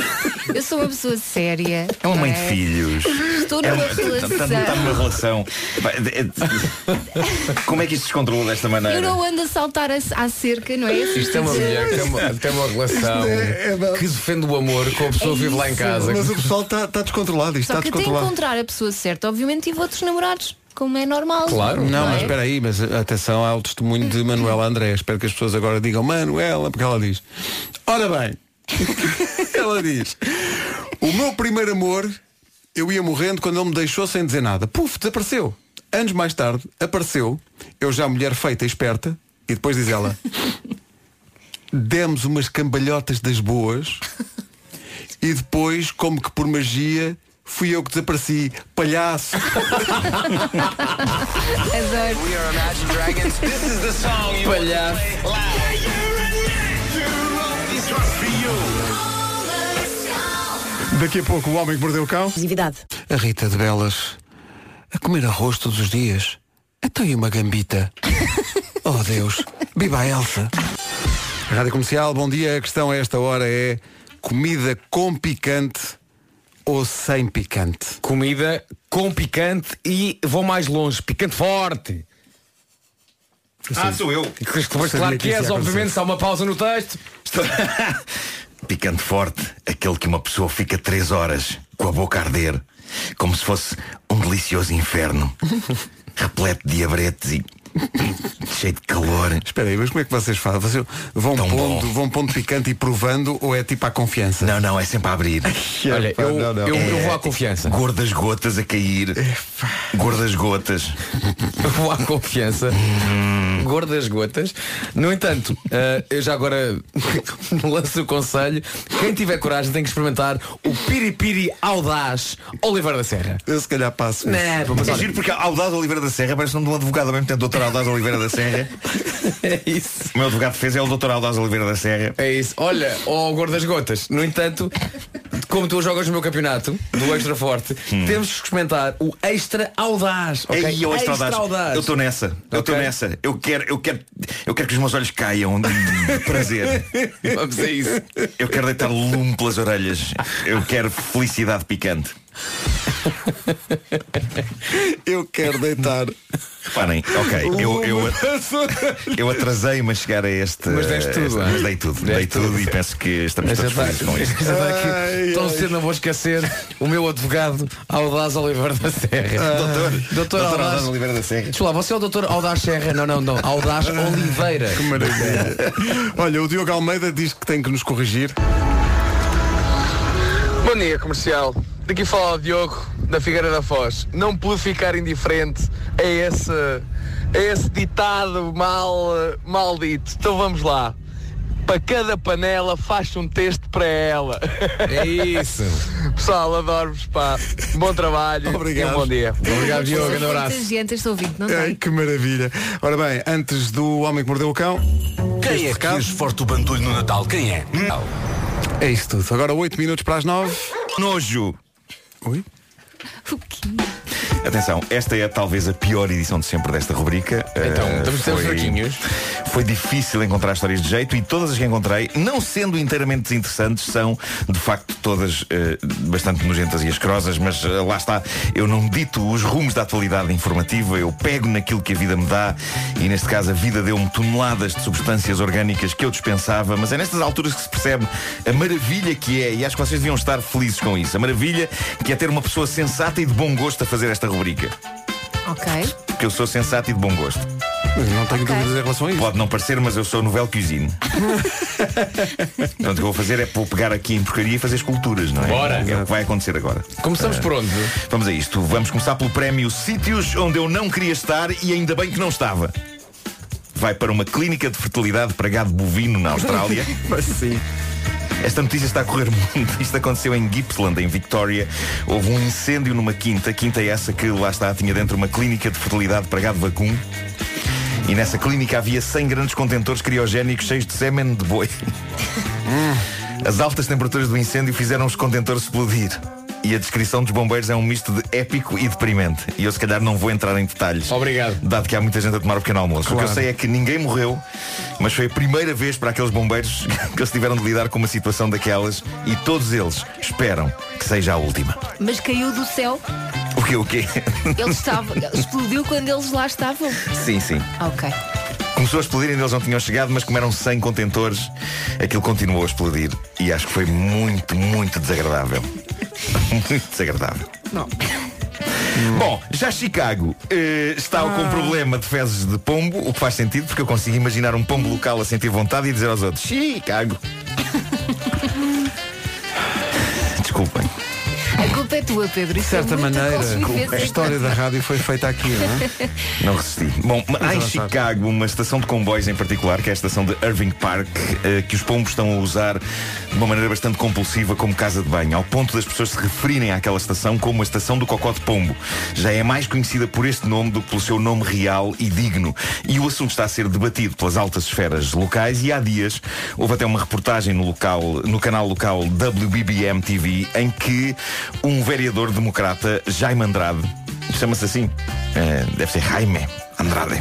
Eu sou uma pessoa séria. É uma não mãe de filhos. Estou É numa uma- relação. Está está numa relação. Pá, de- de- Como é que isto se controla desta maneira? Eu não ando a saltar a, à cerca, não é? Isto é uma mulher que tem uma, tem uma relação que defende o amor com a pessoa É que vive lá em isso. casa. Mas o pessoal está descontrolado. Isto Só está que até descontrolado. encontrar a pessoa certa, obviamente tive outros namorados, como é normal. Não, mas é? espera aí, mas atenção ao testemunho de Manuela André. Espero que as pessoas agora digam Manuela, porque ela diz. Ora bem, ela diz, o meu primeiro amor, eu ia morrendo quando ele me deixou sem dizer nada. Puf, desapareceu. Anos mais tarde, apareceu, eu já mulher feita e esperta, e depois diz ela, demos umas cambalhotas das boas e depois, como que por magia, fui eu que desapareci, palhaço. Adoro. Palhaço. Daqui a pouco o homem que mordeu o cão. A Rita de Belas a comer arroz todos os dias. Até aí uma gambita. oh Deus. Viva a Elsa. Rádio Comercial, bom dia. A questão a esta hora é comida com picante ou sem picante? Comida com picante e vou mais longe, picante forte. Ah, sou eu. Mas claro que és, obviamente, se há uma pausa no texto. Picante forte, aquele que uma pessoa fica três horas com a boca a arder, como se fosse um delicioso inferno, repleto de diabretes e cheio de calor. Espera aí, mas como é que vocês fazem? Vocês vão pondo, vão pondo picante e provando ou é tipo à confiança? Não, não, é sempre a abrir. Olha, eu, eu- eu É, vou à confiança. É, Gordas gotas a cair. Gordas gotas. Hum. Eu vou à confiança. Gordas gotas. No entanto, eh, eu já agora lanço o conselho. Quem tiver coragem tem que experimentar o piripiri audaz Oliver da Serra. Eu se calhar passo. Não, é, pá, mas olha- giro porque Audaz Oliveira da Serra parece o nome de um advogado ao mesmo tempo, Dr. Audaz Oliveira da Serra. É isso. O meu advogado de defesa é o Dr. Audaz Oliveira da Serra. É isso. Olha, ó gordas gotas. No entanto, como tu jogas no meu campeonato, do Extra Forte, temos que experimentar o Extra Audaz. ok? Hum. Ei, eu extra audaz. Eu estou nessa. Eu estou Ok. nessa. Eu quero, eu quero, eu quero que os meus olhos caiam de de prazer. Vamos a isso. Eu quero deitar lume pelas orelhas. Eu quero felicidade picante. Eu quero deitar. Reparem, ok, eu, eu, eu atrasei-me a chegar a este. Mas deste tudo, este- ah? mas dei tudo, dei tudo, e penso que estamos Esta todos tá- felizes com isto. esta tá aqui. Tão cedo não vou esquecer o meu advogado Audaz Oliveira da Serra. Ah. Doutor. Doutor Doutor Audaz. Audaz Oliveira da Serra. Desculpa, você é o doutor Audaz Serra? Não, não, não. Audaz Ah. Oliveira. Que maravilha. Olha, o Diogo Almeida diz que tem que nos corrigir. Bom dia, comercial. Daqui fala o Diogo, da Figueira da Foz. Não pude ficar indiferente a esse, a esse ditado mal, maldito. Então vamos lá. Para cada panela faz um texto para ela. É isso. Pessoal, adoro-vos, pá. Bom trabalho. E um bom dia. Obrigado, Muita gente, este ouvinte, não Ai, tem. que maravilha. Ora bem, antes do Homem que Mordeu o Cão. Quem é que esforte o bandulho no Natal? Quem é? É isso tudo. Agora 8 minutos para as 9. Nojo! Oi? Atenção, esta é talvez a pior edição de sempre desta rubrica. Então, Eh, estamos a ser fraquinhos. Foi difícil encontrar histórias de jeito e todas as que encontrei, não sendo inteiramente desinteressantes, são de facto todas eh, bastante nojentas e asquerosas, mas eh, lá está, eu não dito os rumos da atualidade informativa, eu pego naquilo que a vida me dá e neste caso a vida deu-me toneladas de substâncias orgânicas que eu dispensava, mas é nestas alturas que se percebe a maravilha que é, e acho que vocês deviam estar felizes com isso, a maravilha que é ter uma pessoa sensata e de bom gosto a fazer esta rubrica. Ok. Porque eu sou sensato e de bom gosto. Não tenho dúvidas em relação a isso. Pode não parecer, mas eu sou novel cuisine. Portanto, o que eu vou fazer é vou pegar aqui em porcaria e fazer esculturas, não é? Bora. É o que vai acontecer agora. Começamos por onde? Vamos a isto. Vamos começar pelo prémio Sítios onde eu não queria estar e ainda bem que não estava. Vai para uma clínica de fertilidade para gado bovino na Austrália. Mas sim. Esta notícia está a correr muito. Isto aconteceu em Gippsland, em Victoria. Houve um incêndio numa quinta. Quinta é essa que lá está, tinha dentro uma clínica de fertilidade para gado vacum. E nessa clínica havia 100 grandes contentores criogénicos cheios de sêmen de boi. As altas temperaturas do incêndio fizeram os contentores explodir. E a descrição dos bombeiros é um misto de épico e deprimente. E eu se calhar não vou entrar em detalhes. Obrigado. Dado que há muita gente a tomar o pequeno almoço. O que Claro. eu sei é que ninguém morreu, mas foi a primeira vez para aqueles bombeiros que eles tiveram de lidar com uma situação daquelas e todos eles esperam que seja a última. Mas caiu do céu. O quê? O quê? Ele estava. explodiu quando eles lá estavam. Sim, sim. Ok. Começou a explodir, ainda eles não tinham chegado, mas como eram 100 contentores, aquilo continuou a explodir. E acho que foi muito, muito desagradável. muito desagradável. Não. Bom, já Chicago eh, está com um problema de fezes de pombo, o que faz sentido, porque eu consigo imaginar um pombo local a sentir vontade e dizer aos outros, Chicago. Desculpem. A culpa é tua, Pedro. De certa maneira, a é história da rádio foi feita aqui, não é? Não resisti. Bom, há em avançar. Chicago uma estação de comboios em particular, que é a estação de Irving Park, eh, que os pombos estão a usar de uma maneira bastante compulsiva como casa de banho, ao ponto das pessoas se referirem àquela estação como a estação do cocó de pombo. Já é mais conhecida por este nome do que pelo seu nome real e digno. E o assunto está a ser debatido pelas altas esferas locais e há dias houve até uma reportagem no local, no canal local WBBM TV, em que um vereador democrata, Jaime Andrade, chama-se assim, eh, deve ser Jaime Andrade.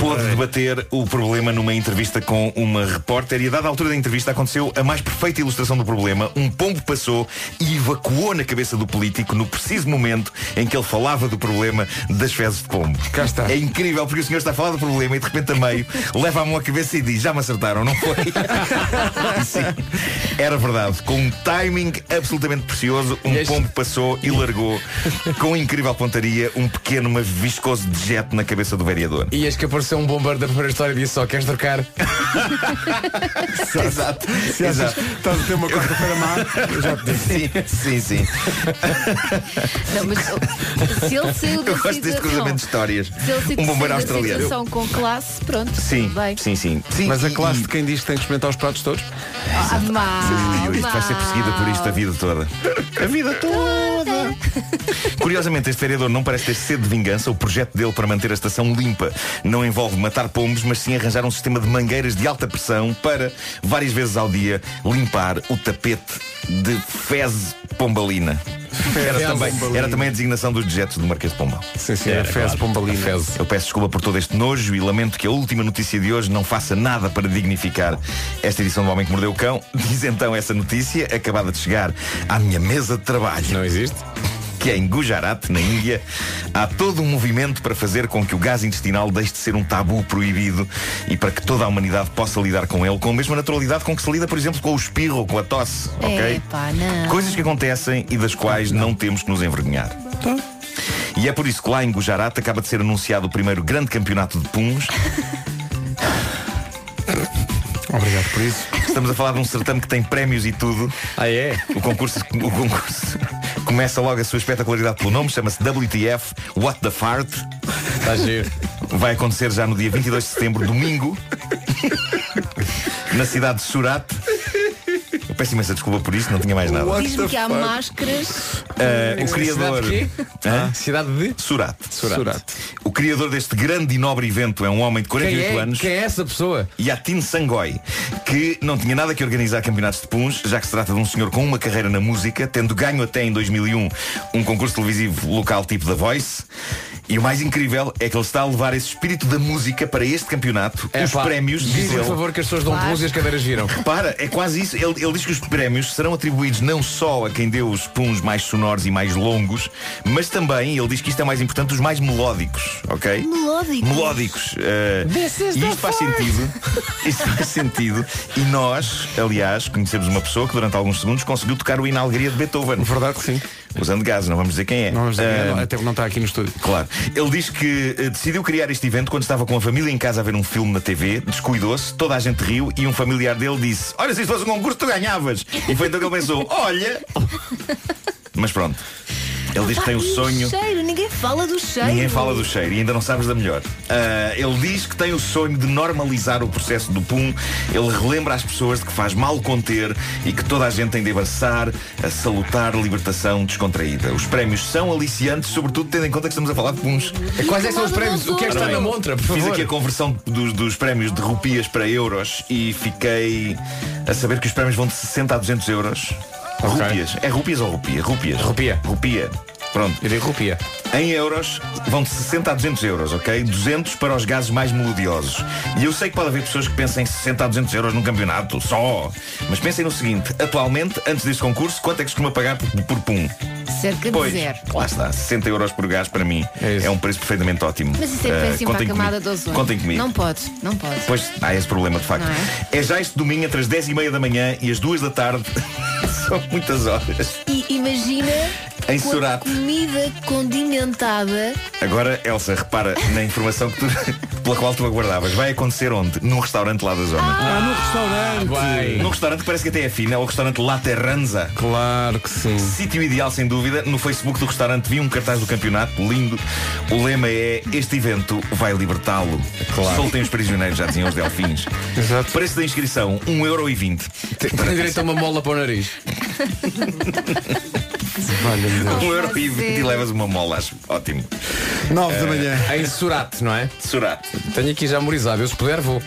Pôde debater o problema numa entrevista com uma repórter e a dada altura da entrevista aconteceu a mais perfeita ilustração do problema. Um pombo passou e evacuou na cabeça do político no preciso momento em que ele falava do problema das fezes de pombo. Cá está. É incrível porque o senhor está a falar do problema e de repente a meio leva a mão à cabeça e diz já me acertaram, não foi? Era verdade. Com um timing absolutamente precioso, um pombo passou e largou com incrível pontaria um pequeno, mas viscoso dejeto na cabeça do vereador. E acho que apareceu um bombeiro da primeira história e disse só, queres trocar? Exato. Se achas estás a ter uma quarta-feira má, eu já te disse. Sim, sim, sim. Não, mas oh, se ele saiu da Eu gosto deste situação. cruzamento de histórias. Se ele saiu Um bombeiro da australiano. situação com classe, pronto. Sim, tudo bem. sim, sim, sim. Mas a e- classe de quem diz que tem que experimentar os pratos todos? Ah, mal, Isto vai ser perseguida por isto a vida toda. A vida toda. Curiosamente, este vereador não parece ter sede de vingança. O projeto dele para manter a estação limpa não envolve matar pombos, mas sim arranjar um sistema de mangueiras de alta pressão para, várias vezes ao dia, limpar o tapete de fezes pombalina. Era Fezes também, pombalina. era também a designação dos dejetos do Marquês de Pombal. Sim, É, sim, a Era, fezes claro. pombalina. Eu peço desculpa por todo este nojo e lamento que a última notícia de hoje não faça nada para dignificar esta edição do Homem que Mordeu o Cão. Diz então essa notícia, acabada de chegar à minha mesa de trabalho. Não existe? Que é em Gujarat, na Índia, há todo um movimento para fazer com que o gás intestinal deixe de ser um tabu proibido e para que toda a humanidade possa lidar com ele com a mesma naturalidade com que se lida, por exemplo, com o espirro ou com a tosse. É, ok? Epá, não. Coisas que acontecem e das quais não temos que nos envergonhar. Tá. E é por isso que lá em Gujarat acaba de ser anunciado o primeiro grande campeonato de puns. Obrigado por isso. Estamos a falar de um certame que tem prémios e tudo. Ah, é? O concurso, o concurso começa logo a sua espetacularidade pelo nome, chama-se WTF What the Fart. Está giro. Vai acontecer já no dia 22 de setembro, domingo, na cidade de Surat. Eu peço imensa desculpa por isso, não tinha mais nada. Diz-me que há máscaras. Uh, o criador. Cidade de Hã? Cidade de? Surat. Surat. O criador deste grande e nobre evento é um homem de Quem 48 é? anos. Quem é essa pessoa? Yatin Sangoi, que não tinha nada que organizar campeonatos de puns, já que se trata de um senhor com uma carreira na música, tendo ganho até em 2001 um concurso televisivo local tipo da Voice. E o mais incrível é que ele está a levar esse espírito da música para este campeonato. É, os pá, prémios, diz, diz por ele. favor, que as pessoas dão pulos e as cadeiras viram. Repara, é quase isso. Ele, ele diz que os prémios serão atribuídos não só a quem deu os puns mais sonoros e mais longos, mas também, ele diz que isto é mais importante, os mais melódicos, ok? Melódicos. Melódicos. eh, This is e the isto faz first. sentido. Isto faz sentido. E nós, aliás, conhecemos uma pessoa que durante alguns segundos conseguiu tocar o hino Alegria de Beethoven. Verdade que sim. Usando gás, não vamos dizer quem é. Não vamos dizer quem é, Eh, não, até porque não está aqui no estúdio. Claro. Ele diz que eh, decidiu criar este evento quando estava com a família em casa a ver um filme na TV, descuidou-se, toda a gente riu e um familiar dele disse, olha, se isto fosse um concurso tu ganhavas. E foi então que ele pensou, olha. Mas pronto. Ele diz que Pá, tem o Ah, e sonho. cheiro, ninguém fala do cheiro. Ninguém fala do cheiro e ainda não sabes da melhor. Ah, ele diz que tem o sonho de normalizar o processo do pum. Ele relembra às pessoas de que faz mal conter e que toda a gente tem de abraçar a salutar libertação descontraída. Os prémios são aliciantes, sobretudo tendo em conta que estamos a falar de puns. Quais é que são os prémios? O que é que está na montra, por Fiz favor? aqui a conversão dos, dos prémios de rupias para euros e fiquei a saber que os prémios vão de 60 a 200 euros. Rúpias. É rúpias ou rupia? Rúpias. Rupia. Rupia. Pronto. Eu digo rupia. Em euros, vão de 60 a 200 euros, ok? 200 para os gases mais melodiosos. E eu sei que pode haver pessoas que pensem em 60 a 200 euros num campeonato, só. Mas pensem no seguinte, atualmente, antes deste concurso, quanto é que se costuma pagar por, por pum? Cerca de Pois, zero. lá está, 60 euros por gás para mim é, um preço perfeitamente ótimo. Mas isso é Eh, péssimo para a contem camada comigo. do ozono. Contem comigo. Não pode, não pode. Pois há esse problema de facto. Não É? já este domingo entre as 10 e meia da manhã e as 2 da tarde. São muitas horas. E imagina Em com a Sorate. comida condimentada. Agora, Elsa, repara na informação que tu, pela qual tu aguardavas. Vai acontecer onde? Num restaurante lá da zona. Ah, no restaurante. Num restaurante que parece que até é fino, é o restaurante La Terranza. Claro que sim. Sítio ideal, sem dúvida. No Facebook do restaurante vi um cartaz do campeonato, lindo. O lema é Este evento vai libertá-lo. Claro. Soltem os prisioneiros, já diziam os delfins. Exato. Preço da inscrição, 1,20€. Tem direito a uma mola para o nariz. Um euro e vinte e levas uma mola, acho ótimo. 9 É. da manhã. Em Surate, não é? Surate. Tenho aqui já memorizado, eu se puder vou.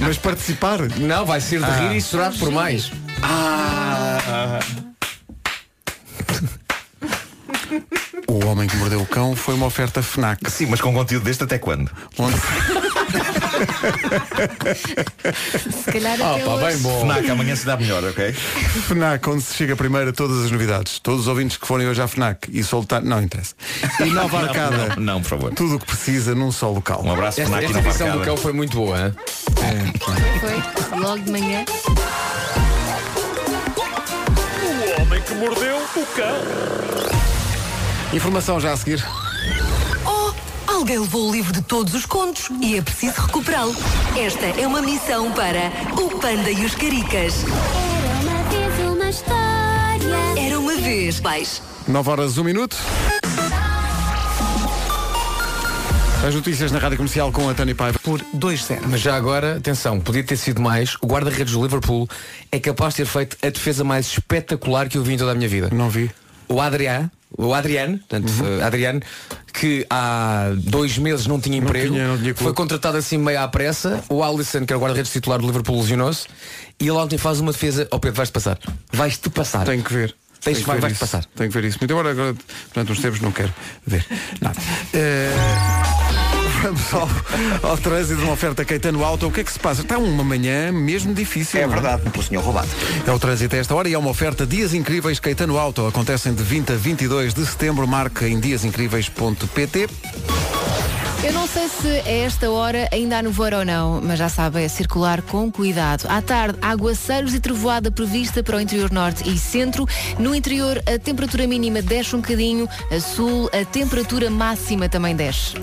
Mas participar? Não, vai ser de Ah. rir e Surate por mais. Ah! O Homem que Mordeu o Cão foi uma oferta FNAC. Sim, mas com conteúdo deste até quando? Se calhar Ah, até hoje. Oh. FNAC, amanhã se dá melhor, ok? FNAC, onde se chega primeiro a todas as novidades. Todos os ouvintes que forem hoje à FNAC e soltar. Não interessa. E Nova Não, Arcada. não, não, por favor. Tudo o que precisa num só local. Um abraço, Esta, esta edição do é cão foi muito boa, hein? Foi logo de manhã. O homem que mordeu o cão. Informação já a seguir. Oh, alguém levou o livro de todos os contos e é preciso recuperá-lo. Esta é uma missão para o Panda e os Caricas. Era uma vez uma história. É Era uma vez, pais. 9 horas, 1 minuto. As notícias na Rádio Comercial com a Tânia Paiva por 2-0. Mas já agora, atenção, podia ter sido mais. O guarda-redes do Liverpool é capaz de ter feito a defesa mais espetacular que eu vi em toda a minha vida. Não vi. Uhum. O Adriano, o Adriano, portanto, eh, Adriano, que há dois meses não tinha emprego, foi contratado assim meio à pressa. O Alisson, que era o guarda-redes titular do Liverpool, lesionou-se. E ele ontem faz uma defesa. Oh Pedro, vais-te passar. Vais-te passar. Tenho que ver. Tens, Tenho que vai, ver vais isso. passar. Tenho que ver isso. Muito embora agora, durante uns tempos, não quero ver. Não. Eh, Vamos ao, ao trânsito de uma oferta Caetano Auto. O que é que se passa? Está uma manhã mesmo difícil. É verdade, pelo senhor roubado. É o trânsito a esta hora e é uma oferta Dias Incríveis Caetano Auto. Acontecem de 20 a 22 de setembro. Marca em diasincríveis.pt. Eu não sei se a esta hora ainda há nevoeiro ou não, mas já sabe, é circular com cuidado. À tarde, aguaceiros e trovoada prevista para o interior norte e centro. No interior, a temperatura mínima desce um bocadinho. A sul, a temperatura máxima também desce.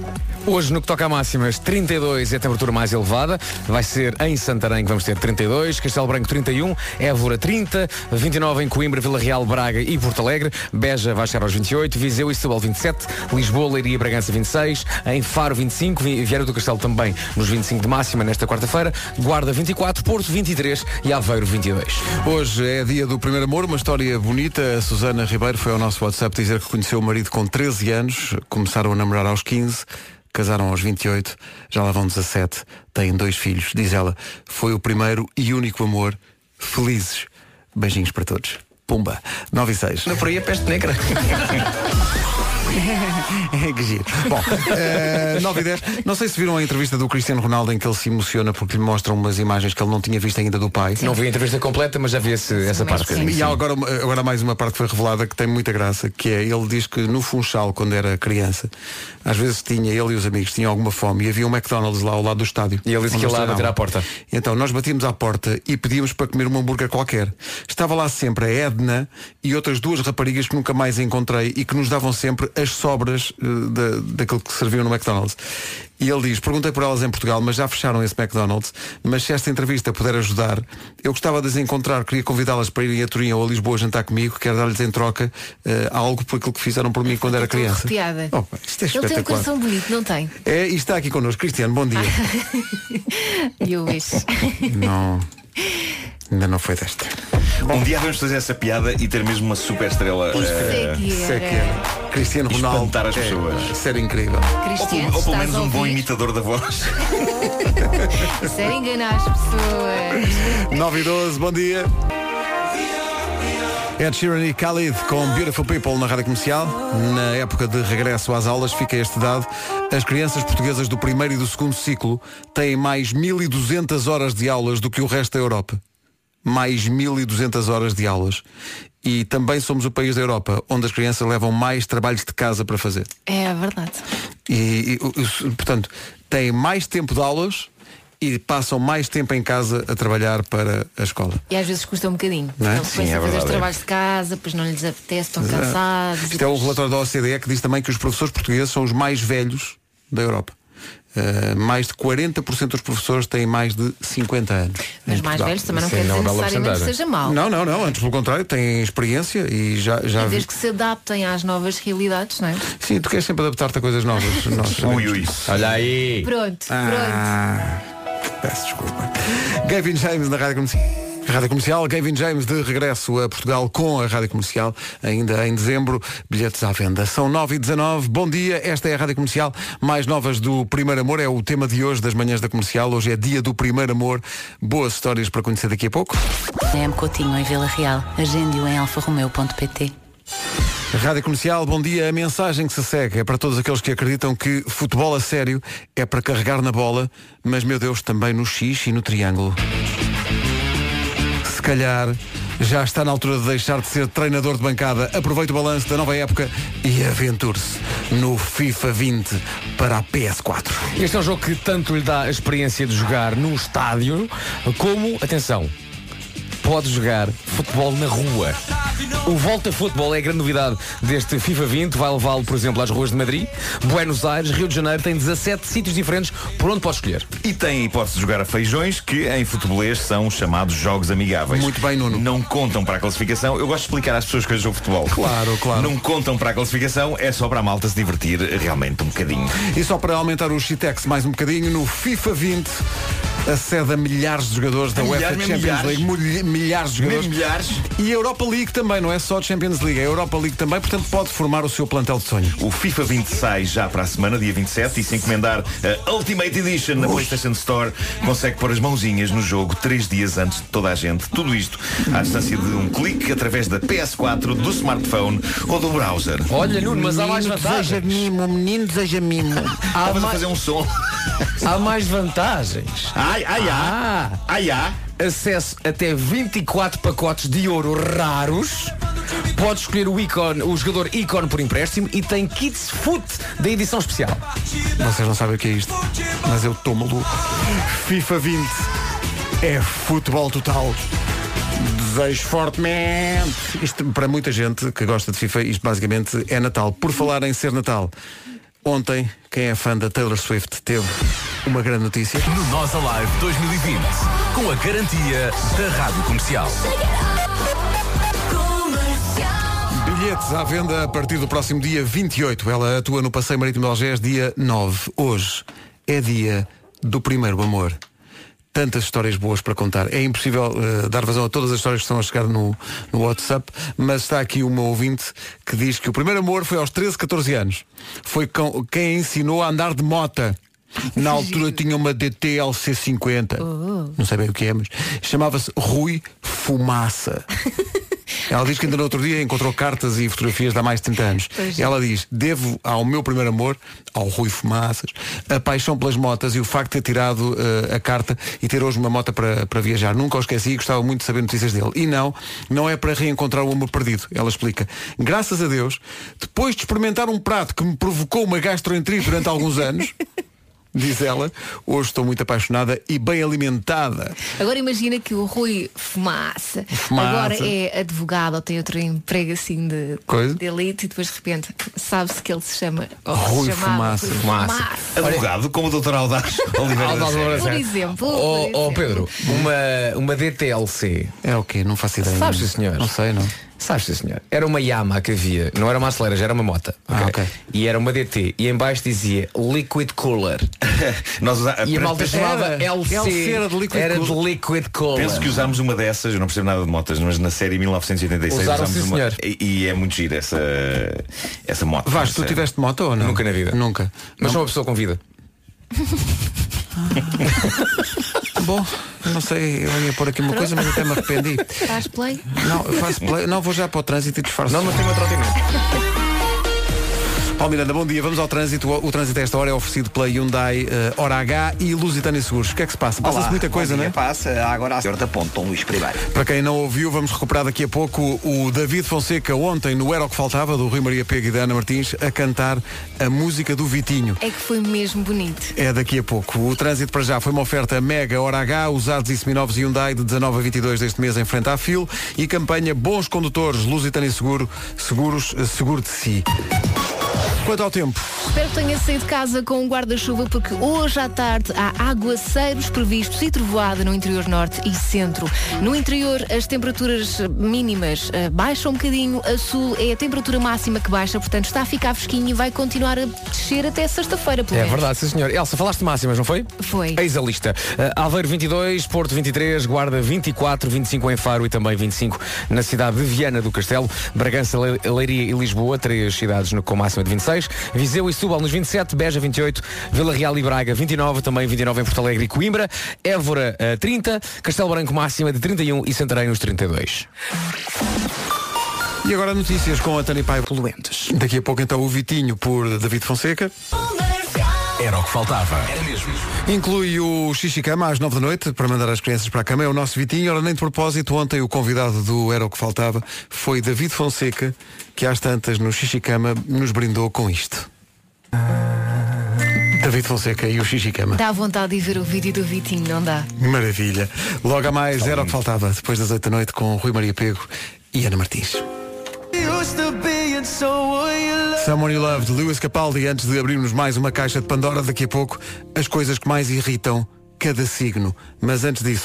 um Hoje, no que toca a máximas, 32 é a temperatura mais elevada. Vai ser em Santarém que vamos ter 32, Castelo Branco 31, Évora 30, 29 em Coimbra, Vila Real, Braga e Porto Alegre, Beja vai chegar aos 28, Viseu e Setúbal 27, Lisboa, Leiria e Bragança 26, em Faro 25, Vi- Vieira do Castelo também nos 25 de máxima nesta quarta-feira, Guarda 24, Porto 23 e Aveiro 22. Hoje é dia do primeiro amor, uma história bonita. A Susana Ribeiro foi ao nosso WhatsApp dizer que conheceu o marido com 13 anos, começaram a namorar aos 15, casaram aos 28, já lá vão 17, têm dois filhos. Diz ela, foi o primeiro e único amor. Felizes. Beijinhos para todos. Pumba. 9 e 6. Por aí a peste negra. É que giro. Bom, eh, 9 e 10. Não sei se viram a entrevista do Cristiano Ronaldo em que ele se emociona porque lhe mostram umas imagens que ele não tinha visto ainda do pai. Não vi a entrevista completa, mas já vi esse- essa parte. E há agora, agora há mais uma parte que foi revelada que tem muita graça, que é ele diz que no Funchal, quando era criança, às vezes tinha, ele e os amigos tinham alguma fome e havia um McDonald's lá ao lado do estádio. E ele disse que ia lá bater à porta. Então nós batíamos à porta e pedíamos para comer um hambúrguer qualquer. Estava lá sempre a Edna e outras duas raparigas que nunca mais encontrei e que nos davam sempre as sobras eh, da, daquilo que serviam no McDonald's. E ele diz, perguntei por elas em Portugal, mas já fecharam esse McDonald's, mas se esta entrevista puder ajudar, eu gostava de as encontrar, queria convidá-las para irem a Turim ou a Lisboa jantar comigo, quero dar-lhes em troca eh, algo por aquilo que fizeram por mim quando era criança. Arrepiada. Oh, pá, isto é Ele tem um espetacular. coração bonito, não tem? É, e está aqui connosco, Cristiano, bom dia. E o bicho. não, ainda não foi desta. Um dia vamos fazer essa piada e ter mesmo uma super estrela. eh, Isso é que era. Cristiano e Ronaldo. É, Espantar as pessoas. Ser incrível. Cristiano, ou pelo estás menos a um bom ouvir? imitador da voz. Isso é enganar as pessoas. 9 e 12, bom dia. Ed Sheeran e Khalid com Beautiful People na Rádio Comercial. Na época de regresso às aulas fica este dado. As crianças portuguesas do primeiro e do segundo ciclo têm mais 1.200 horas de aulas do que o resto da Europa. Mais 1.200 horas de aulas. E também somos o país da Europa onde as crianças levam mais trabalhos de casa para fazer. É verdade. E, e, o- o- portanto, têm mais tempo de aulas e passam mais tempo em casa a trabalhar para a escola. E às vezes custa um bocadinho. Não é? Eles Sim, começam é a fazer os verdade, é. trabalhos de casa, pois não lhes apetece, estão cansados. Isto é o relatório da OCDE que diz também que os professores portugueses são os mais velhos da Europa. Uh, mais de 40% dos professores têm mais de 50 anos. Mas mais em Portugal. velhos também não Sim, quer não é dizer uma bela necessariamente que porcentagem. seja mau. Não, não, não. Antes, pelo contrário, têm experiência e já, já E vi- desde que se adaptem às novas realidades, não é? Sim, tu queres sempre adaptar-te a coisas novas. Nós Ui, ui. Olha aí. Pronto, Ah. pronto. Peço desculpa. Gavin James na Rádio Comercial. Rádio Comercial, Gavin James de regresso a Portugal com a Rádio Comercial, ainda em dezembro, bilhetes à venda. São 9 e 19 bom dia, esta é a Rádio Comercial, mais novas do Primeiro Amor, é o tema de hoje das manhãs da comercial, hoje é dia do Primeiro Amor, boas histórias para conhecer daqui a pouco. M. Coutinho em Vila Real. Agende-o em alfarromeu.pt. Rádio Comercial, bom dia. A mensagem que se segue é para todos aqueles que acreditam que futebol a sério é para carregar na bola, mas, meu Deus, também no X e no triângulo. Se calhar já está na altura de deixar de ser treinador de bancada. Aproveite o balanço da nova época e aventure-se no FIFA 20 para a PS4. Este é um jogo que tanto lhe dá a experiência de jogar num estádio, como, atenção, pode jogar futebol na rua. O Volta Futebol é a grande novidade deste FIFA 20. Vai levá-lo, por exemplo, às ruas de Madrid, Buenos Aires, Rio de Janeiro. Tem 17 sítios diferentes por onde pode escolher. E tem a hipótese de jogar a feijões, que em futebolês são os chamados jogos amigáveis. Muito bem, Nuno. Não contam para a classificação. Eu gosto de explicar às pessoas coisas do futebol. Claro, claro. Não contam para a classificação, é só para a malta se divertir realmente um bocadinho. E só para aumentar o Chitex mais um bocadinho, no FIFA 20 acede a milhares de jogadores da UEFA Milhares, mesmo Champions milhares. League. Mulhe- Milhares de jogadores. Mesmo milhares. E a Europa League também, não é só a Champions League, é a Europa League também, portanto pode formar o seu plantel de sonho. O FIFA 20 sai já para a semana, dia 27, e se encomendar a Ultimate Edition na PlayStation Store, consegue pôr as mãozinhas no jogo três dias antes de toda a gente. Tudo isto à distância de um clique através da PS4, do smartphone ou do browser. mimo, o menino deseja mimo. Estavas a fazer um som. Há mais vantagens. Ai, ai, ah. ai, ai. Acesso até 24 pacotes de ouro raros. Pode escolher o, ícone, o jogador ícone por empréstimo e tem kits foot da edição especial. Vocês não sabem o que é isto, mas eu estou maluco. FIFA 20 é futebol total. Desejo fortemente. Isto, para muita gente que gosta de FIFA, isto basicamente é Natal. Por falar em ser Natal, ontem, quem é fã da Taylor Swift teve uma grande notícia. No Nós Alive 2020, com a garantia da Rádio Comercial. Bilhetes à venda a partir do próximo dia 28. Ela atua no Passeio Marítimo de Algés dia 9. Hoje é dia do primeiro amor. Tantas histórias boas para contar. É impossível eh, dar vazão a todas as histórias que estão a chegar no, no WhatsApp, mas está aqui uma ouvinte que diz que o primeiro amor foi aos 13, 14 anos. Foi com- quem a ensinou a andar de mota. Na altura tinha uma DT LC50. Não sei bem o que é, mas chamava-se Rui Fumaça. Ela diz que ainda no outro dia encontrou cartas e fotografias de há mais de 30 anos. Pois é. Ela diz, devo ao meu primeiro amor, ao Rui Fumaças, a paixão pelas motas e o facto de ter tirado eh, a carta e ter hoje uma moto para, para viajar. Nunca o esqueci e gostava muito de saber notícias dele. E não, não é para reencontrar o amor perdido. Ela explica. Graças a Deus, depois de experimentar um prato que me provocou uma gastroenterite durante alguns anos, diz ela, hoje estou muito apaixonada e bem alimentada. Agora imagina que o Rui fumaça. Fumaça. Agora é advogado ou tem outro emprego assim de, Coisa. de elite e depois de repente sabe-se que ele se chama ou se Rui chamava Fumaça. Rui Advogado como o Dr. Aldaz Oliveira da Aldaz Serra. Oliveira Por exemplo. Oh, por oh, exemplo. Pedro, uma, uma DTLC. É o quê? Não faço ideia. Sabes, sim, senhor. Não sei, não. Sabes, sim, senhor. Era uma Yamaha que havia. Não era uma acelera, já era uma moto. Ah, ok. E era uma DT. E em baixo dizia Liquid Cooler. Nós usa- E a malta Era. chamava LC. LC era de Liquid Era Cooler. de Liquid Cooler. Penso que usámos uma dessas, eu não percebo nada de motas, mas na série 1986 Usaram, usámos sim, uma. E, e é muito giro essa, essa moto. Vasco, tu Essa- tiveste moto ou não? Nunca na vida. Nunca. Mas sou uma pessoa com vida. Bom, não sei, eu ia pôr aqui uma coisa, mas até me arrependi. Faz play? Não, eu faço play. Não, vou já para o trânsito e disfarço. Não, mas tem uma trotinete. Paulo Miranda, bom dia. Vamos ao trânsito. O, o trânsito a esta hora é oferecido pela Hyundai eh, Hora H e Lusitânia Seguros. O que é que se passa? Passa-se Olá, muita bom coisa, dia, não é? Passa agora a senhora da Ponte, Dom Luís Primeiro. Para quem não ouviu, vamos recuperar daqui a pouco o David Fonseca, ontem no Era o que Faltava, do Rui Maria Pego e da Ana Martins, a cantar a música do Vitinho. É que foi mesmo bonito. É daqui a pouco. O trânsito para já foi uma oferta mega hora H, usados e seminovos Hyundai de 19 a 22 deste mês em frente à fil e campanha Bons Condutores, Lusitânia Seguro, Seguros, eh, Seguro de Si. Quanto ao tempo, Espero que tenha saído de casa com um guarda-chuva porque hoje à tarde há aguaceiros previstos e trovoada no interior norte e centro. No interior as temperaturas mínimas eh, baixam um bocadinho, a sul é a temperatura máxima que baixa, portanto está a ficar fresquinho e vai continuar a descer até sexta-feira, pelo É menos. verdade, sim senhor. Elsa, falaste de máximas, não foi? Foi. Eis a lista. Uh, Aveiro 22, Porto 23, Guarda 24, 25 em Faro e também 25 na cidade de Viana do Castelo, Bragança, Le- Leiria e Lisboa, três cidades no, com máxima de 26, Viseu e Setúbal nos 27, Beja 28, Vila Real e Braga 29, também 29 em Porto Alegre e Coimbra, Évora uh, 30, Castelo Branco máxima de 31 e Santarém nos 32. e agora notícias com a Tânia Paiva. Poluentes. Daqui a pouco então o Vitinho por David Fonseca. Era o que faltava. Era mesmo. Inclui o Xixicama às 9 da noite para mandar as crianças para a cama. É o nosso Vitinho. Ora, nem de propósito, ontem o convidado do Era o que Faltava foi David Fonseca, que às tantas no Xixicama nos brindou com isto. David Fonseca e o Xixicama. Dá vontade de ver o vídeo do Vitinho, não dá? Maravilha. Logo a mais, Era o que Faltava, depois das 8 da noite com Rui Maria Pego e Ana Martins. Someone You Love, de Lewis Capaldi, antes de abrirmos mais uma caixa de Pandora daqui a pouco, as coisas que mais irritam cada signo. Mas antes disso,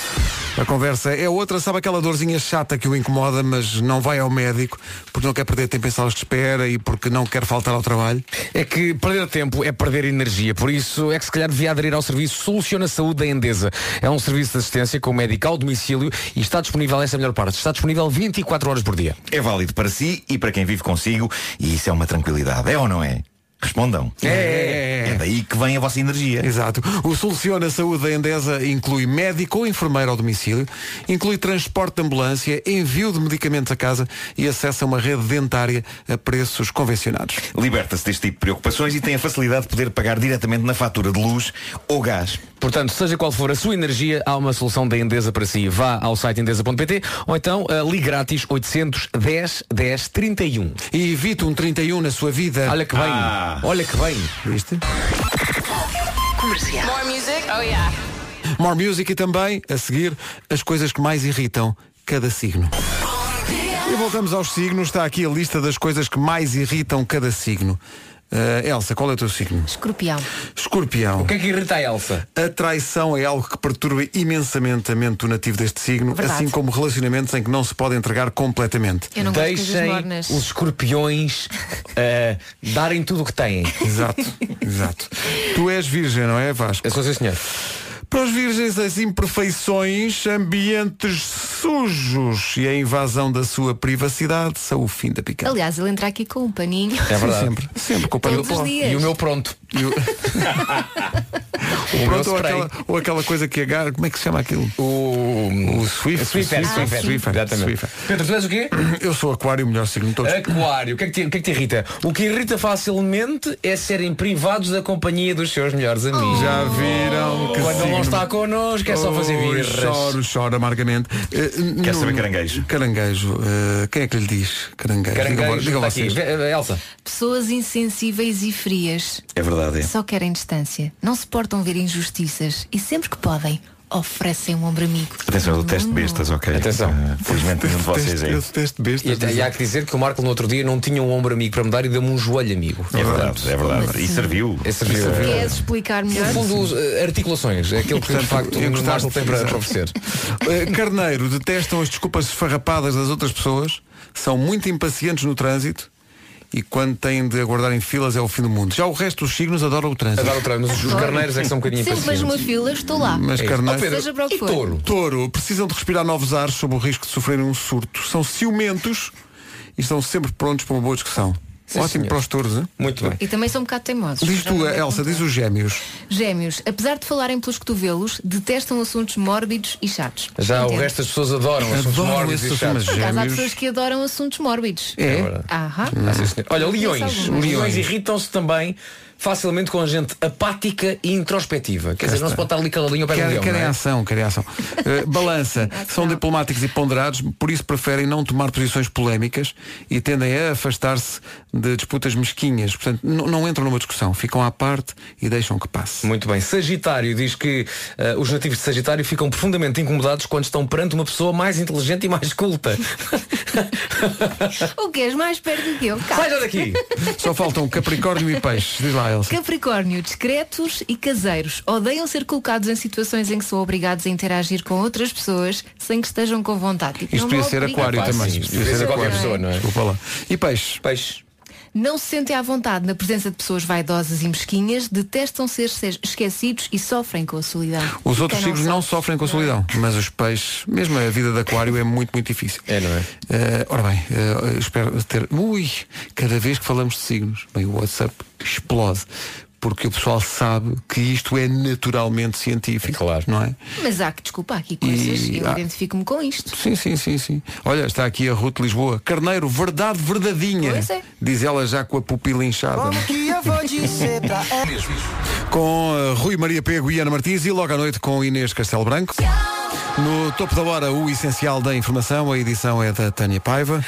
a conversa é outra, sabe aquela dorzinha chata que o incomoda, mas não vai ao médico porque não quer perder tempo em salas de espera e porque não quer faltar ao trabalho? É que perder tempo é perder energia, por isso é que se calhar devia aderir ao serviço Soluciona Saúde da Endesa. É um serviço de assistência com médico ao domicílio e está disponível, essa é a melhor parte, está disponível 24 horas por dia. É válido para si e para quem vive consigo, e isso é uma tranquilidade, é ou não é? Respondam. É, é, daí que vem a vossa energia. Exato. O Soluciona Saúde da Endesa inclui médico ou enfermeiro ao domicílio, inclui transporte de ambulância, envio de medicamentos a casa e acesso a uma rede dentária a preços convencionados. Liberta-se deste tipo de preocupações e tem a facilidade de poder pagar diretamente na fatura de luz ou gás. Portanto, seja qual for a sua energia, há uma solução da Endesa para si. Vá ao site endesa.pt ou então eh, ligue grátis 810 10 31. E evite um 31 na sua vida. Olha que bem, olha que bem. Viste? Comercial. More music? Oh yeah. More Music e também, a seguir, as coisas que mais irritam cada signo. E voltamos aos signos. Está aqui a lista das coisas que mais irritam cada signo. Ah, Elsa, qual é o teu signo? Escorpião. Escorpião. O que é que irrita a Elsa? A traição é algo que perturba imensamente a mente do nativo deste signo, Verdade. assim como relacionamentos em que não se pode entregar completamente. Eu não gosto de coisas Deixem mornas. os escorpiões eh, darem tudo o que têm. Exato, exato. Tu és virgem, não é, Vasco? Eu sou sim, senhor. Para os virgens, as imperfeições, ambientes sujos e a invasão da sua privacidade são o fim da É. picada. Aliás, ele entra aqui com um paninho. Sim, sempre, sempre com o pano Todos de pó. os dias. E o meu pronto. O meu pronto ou spray. aquela, ou aquela coisa que agarra, como é que se chama aquilo? É O, o Swift. Swiffer, Ah, Ah, Swiffer. Exatamente. Pedro, tu és o quê? Eu sou aquário, o melhor signo de todos. Aquário, o que, é que te, o que é que te irrita? O que irrita facilmente é serem privados da companhia dos seus melhores amigos. Já viram que Quando ele não signo? está connosco é só fazer Oi, birras. Choro, choro amargamente. Quer saber caranguejo? Caranguejo. eh, quem é que lhe diz caranguejo? Caranguejo, Digam vo- digam está aqui. vocês. Vê- eh, Elsa. Pessoas insensíveis e frias. É verdade. Só querem distância. Não suportam ver injustiças. E sempre que podem, oferecem um ombro amigo. Atenção, é do teste de bestas, ok? Atenção. felizmente nenhum de vocês é. isso. Teste besta. E, até- e há que dizer que o Marco no outro dia não tinha um ombro amigo para me dar e deu-me um joelho amigo. É verdade, é verdade. E serviu. É serviu. Queres explicar melhor? No fundo, os, eh, articulações, é aquilo que de Portanto, facto eu o gostava- Marco tem para Exato. para oferecer. Eh, Carneiro, detestam as desculpas esfarrapadas das outras pessoas, são muito impacientes no trânsito e quando têm de aguardar em filas é o fim do mundo. Já o resto dos signos adoram o trânsito. Adoro o trânsito, mas os Adoro. carneiros é que são um bocadinho Sempre vejo impacientes. uma fila, estou lá. É Mas carneiros. Seja para o que for. Touro, precisam de respirar novos ares sob o risco de sofrerem um surto. São ciumentos e estão sempre prontos para uma boa discussão. Ótimo para os touros, hein? Muito bem. E também são um bocado teimosos. Diz tu, Elsa, diz os gêmeos. Gêmeos, apesar de falarem pelos cotovelos, detestam assuntos mórbidos e chatos. Já o Entende? resto das pessoas adoram assuntos Adoram mórbidos esses e chatos. Por acaso há pessoas que adoram assuntos mórbidos. É? É verdade. Ahá. Ah, sim, senhor. Olha, Conheço leões. algumas. Leões irritam-se também facilmente com gente apática e introspectiva. Quer dizer, não se pode estar ali caladinho ao pé do Querem, leão. querem não é? ação, querem ação. Eh, balança. São diplomáticos e ponderados, por isso preferem não tomar posições polémicas e tendem a afastar-se de disputas mesquinhas. Portanto, n- não entram numa discussão, ficam à parte e deixam que passe. Muito bem. Sagitário diz que eh, os nativos de Sagitário ficam profundamente incomodados quando estão perante uma pessoa mais inteligente e mais culta. O que és mais perto que eu? Cá. Sai já daqui! Só faltam Capricórnio e Peixes. Diz lá, Elsa. Capricórnio, discretos e caseiros, odeiam ser colocados em situações em que são obrigados a interagir com outras pessoas sem que estejam com vontade. Tipo, Isto não podia me ser obriguem. aquário Pá, também. sim, podia ser qualquer pessoa, não é? Desculpa lá. E peixes? Peixes. Não se sentem à vontade na presença de pessoas vaidosas e mesquinhas, detestam ser ser esquecidos e sofrem com a solidão. Os Quem outros signos não sofrem com a solidão, mas os peixes, mesmo a vida de aquário é muito, muito difícil. É, não é? ora bem, eh, espero ter. Ui, cada vez que falamos de signos, bem, o WhatsApp explode. Porque o pessoal sabe que isto é naturalmente científico. claro. Não é? Mas há que desculpa, há aqui coisas, E- eu ah. identifico-me com isto. Sim, sim, sim, sim. Olha, está aqui a Ruth de Lisboa. Carneiro, verdade verdadinha. Pois é. Diz ela já com a pupila inchada. não é? com eh, Rui Maria Pego e Ana Martins e logo à noite com Inês Castelo Branco. No topo da hora, o essencial da informação, a edição é da Tânia Paiva.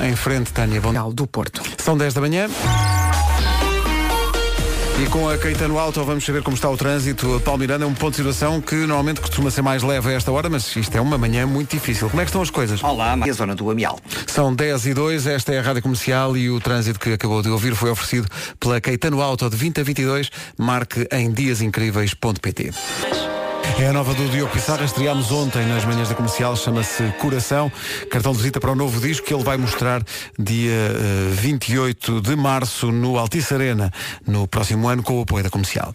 Em frente, Tânia Bondal do Porto. São 10 da manhã. E com a Caetano Alto vamos saber como está o trânsito. Palmeiranda é um ponto de situação que normalmente costuma ser mais leve a esta hora, mas isto é uma manhã muito difícil. Como é que estão as coisas? Olá, a zona do Amial. São 10 e 2, esta é a Rádio Comercial e o trânsito que acabou de ouvir foi oferecido pela Caetano Auto de 20 a 22, marque em diasincríveis.pt. É a nova do Diogo Pissarra, estreámos ontem nas manhãs da comercial, chama-se Coração, cartão de visita para o novo disco que ele vai mostrar dia eh, 28 de março no Altice Arena, no próximo ano, com o apoio da comercial.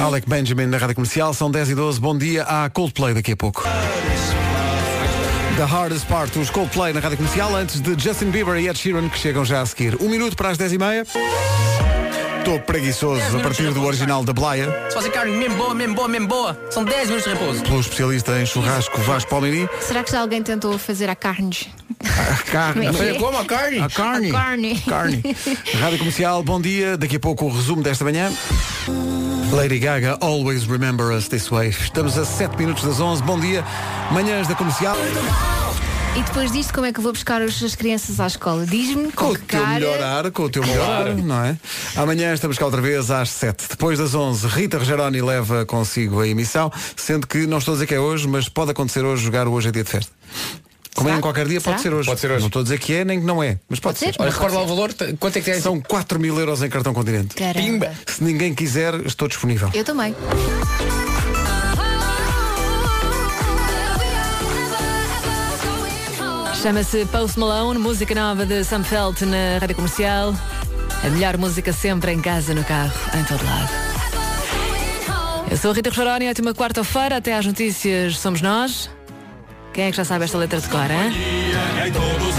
Alec Benjamin na Rádio Comercial, são 10 e 12, bom dia à Coldplay daqui a pouco. The Hardest Part, os Coldplay na Rádio Comercial, antes de Justin Bieber e Ed Sheeran, que chegam já a seguir. Um minuto para as 10h30. Estou preguiçoso a partir do original da Blaia. Se fazer carne mesmo boa, mesmo boa, mesmo boa, são 10 minutos de repouso. Pelo especialista em churrasco Vasco Palmini. Será que já alguém tentou fazer a carnes? A carne. Como é que é? Como? A carne? A carne. A carne. Carne. Rádio Comercial, bom dia. Daqui a pouco o resumo desta manhã. Lady Gaga, Always Remember Us This Way. Estamos a 7 minutos das 11. Bom dia. Manhãs da Comercial. E depois disto, como é que vou buscar os- as crianças à escola? Diz-me com, Com o que teu cara. melhor ar, com o teu melhor ar, não é? Amanhã estamos cá outra vez às 7. Depois das 11, Rita Rogeroni leva consigo a emissão, sendo que não estou a dizer que é hoje, mas pode acontecer hoje jogar o Hoje é Dia de Festa. Como é em qualquer dia, pode ser, hoje. pode ser hoje. Não estou a dizer que é nem que não é, mas pode, Pode ser, ser. Olha, mas recorda pode lá o valor, quanto é que é? São 4 mil euros em cartão continente. Caramba. Pimba. Se ninguém quiser, estou disponível. Eu também. Chama-se Post Malone, música nova de Sam Felt na rádio comercial. A melhor música sempre em casa, no carro, em todo lado. Eu sou a Rita Rogeroni, ótima quarta-feira, até às notícias somos nós. Quem é que já sabe esta letra de cor, hein?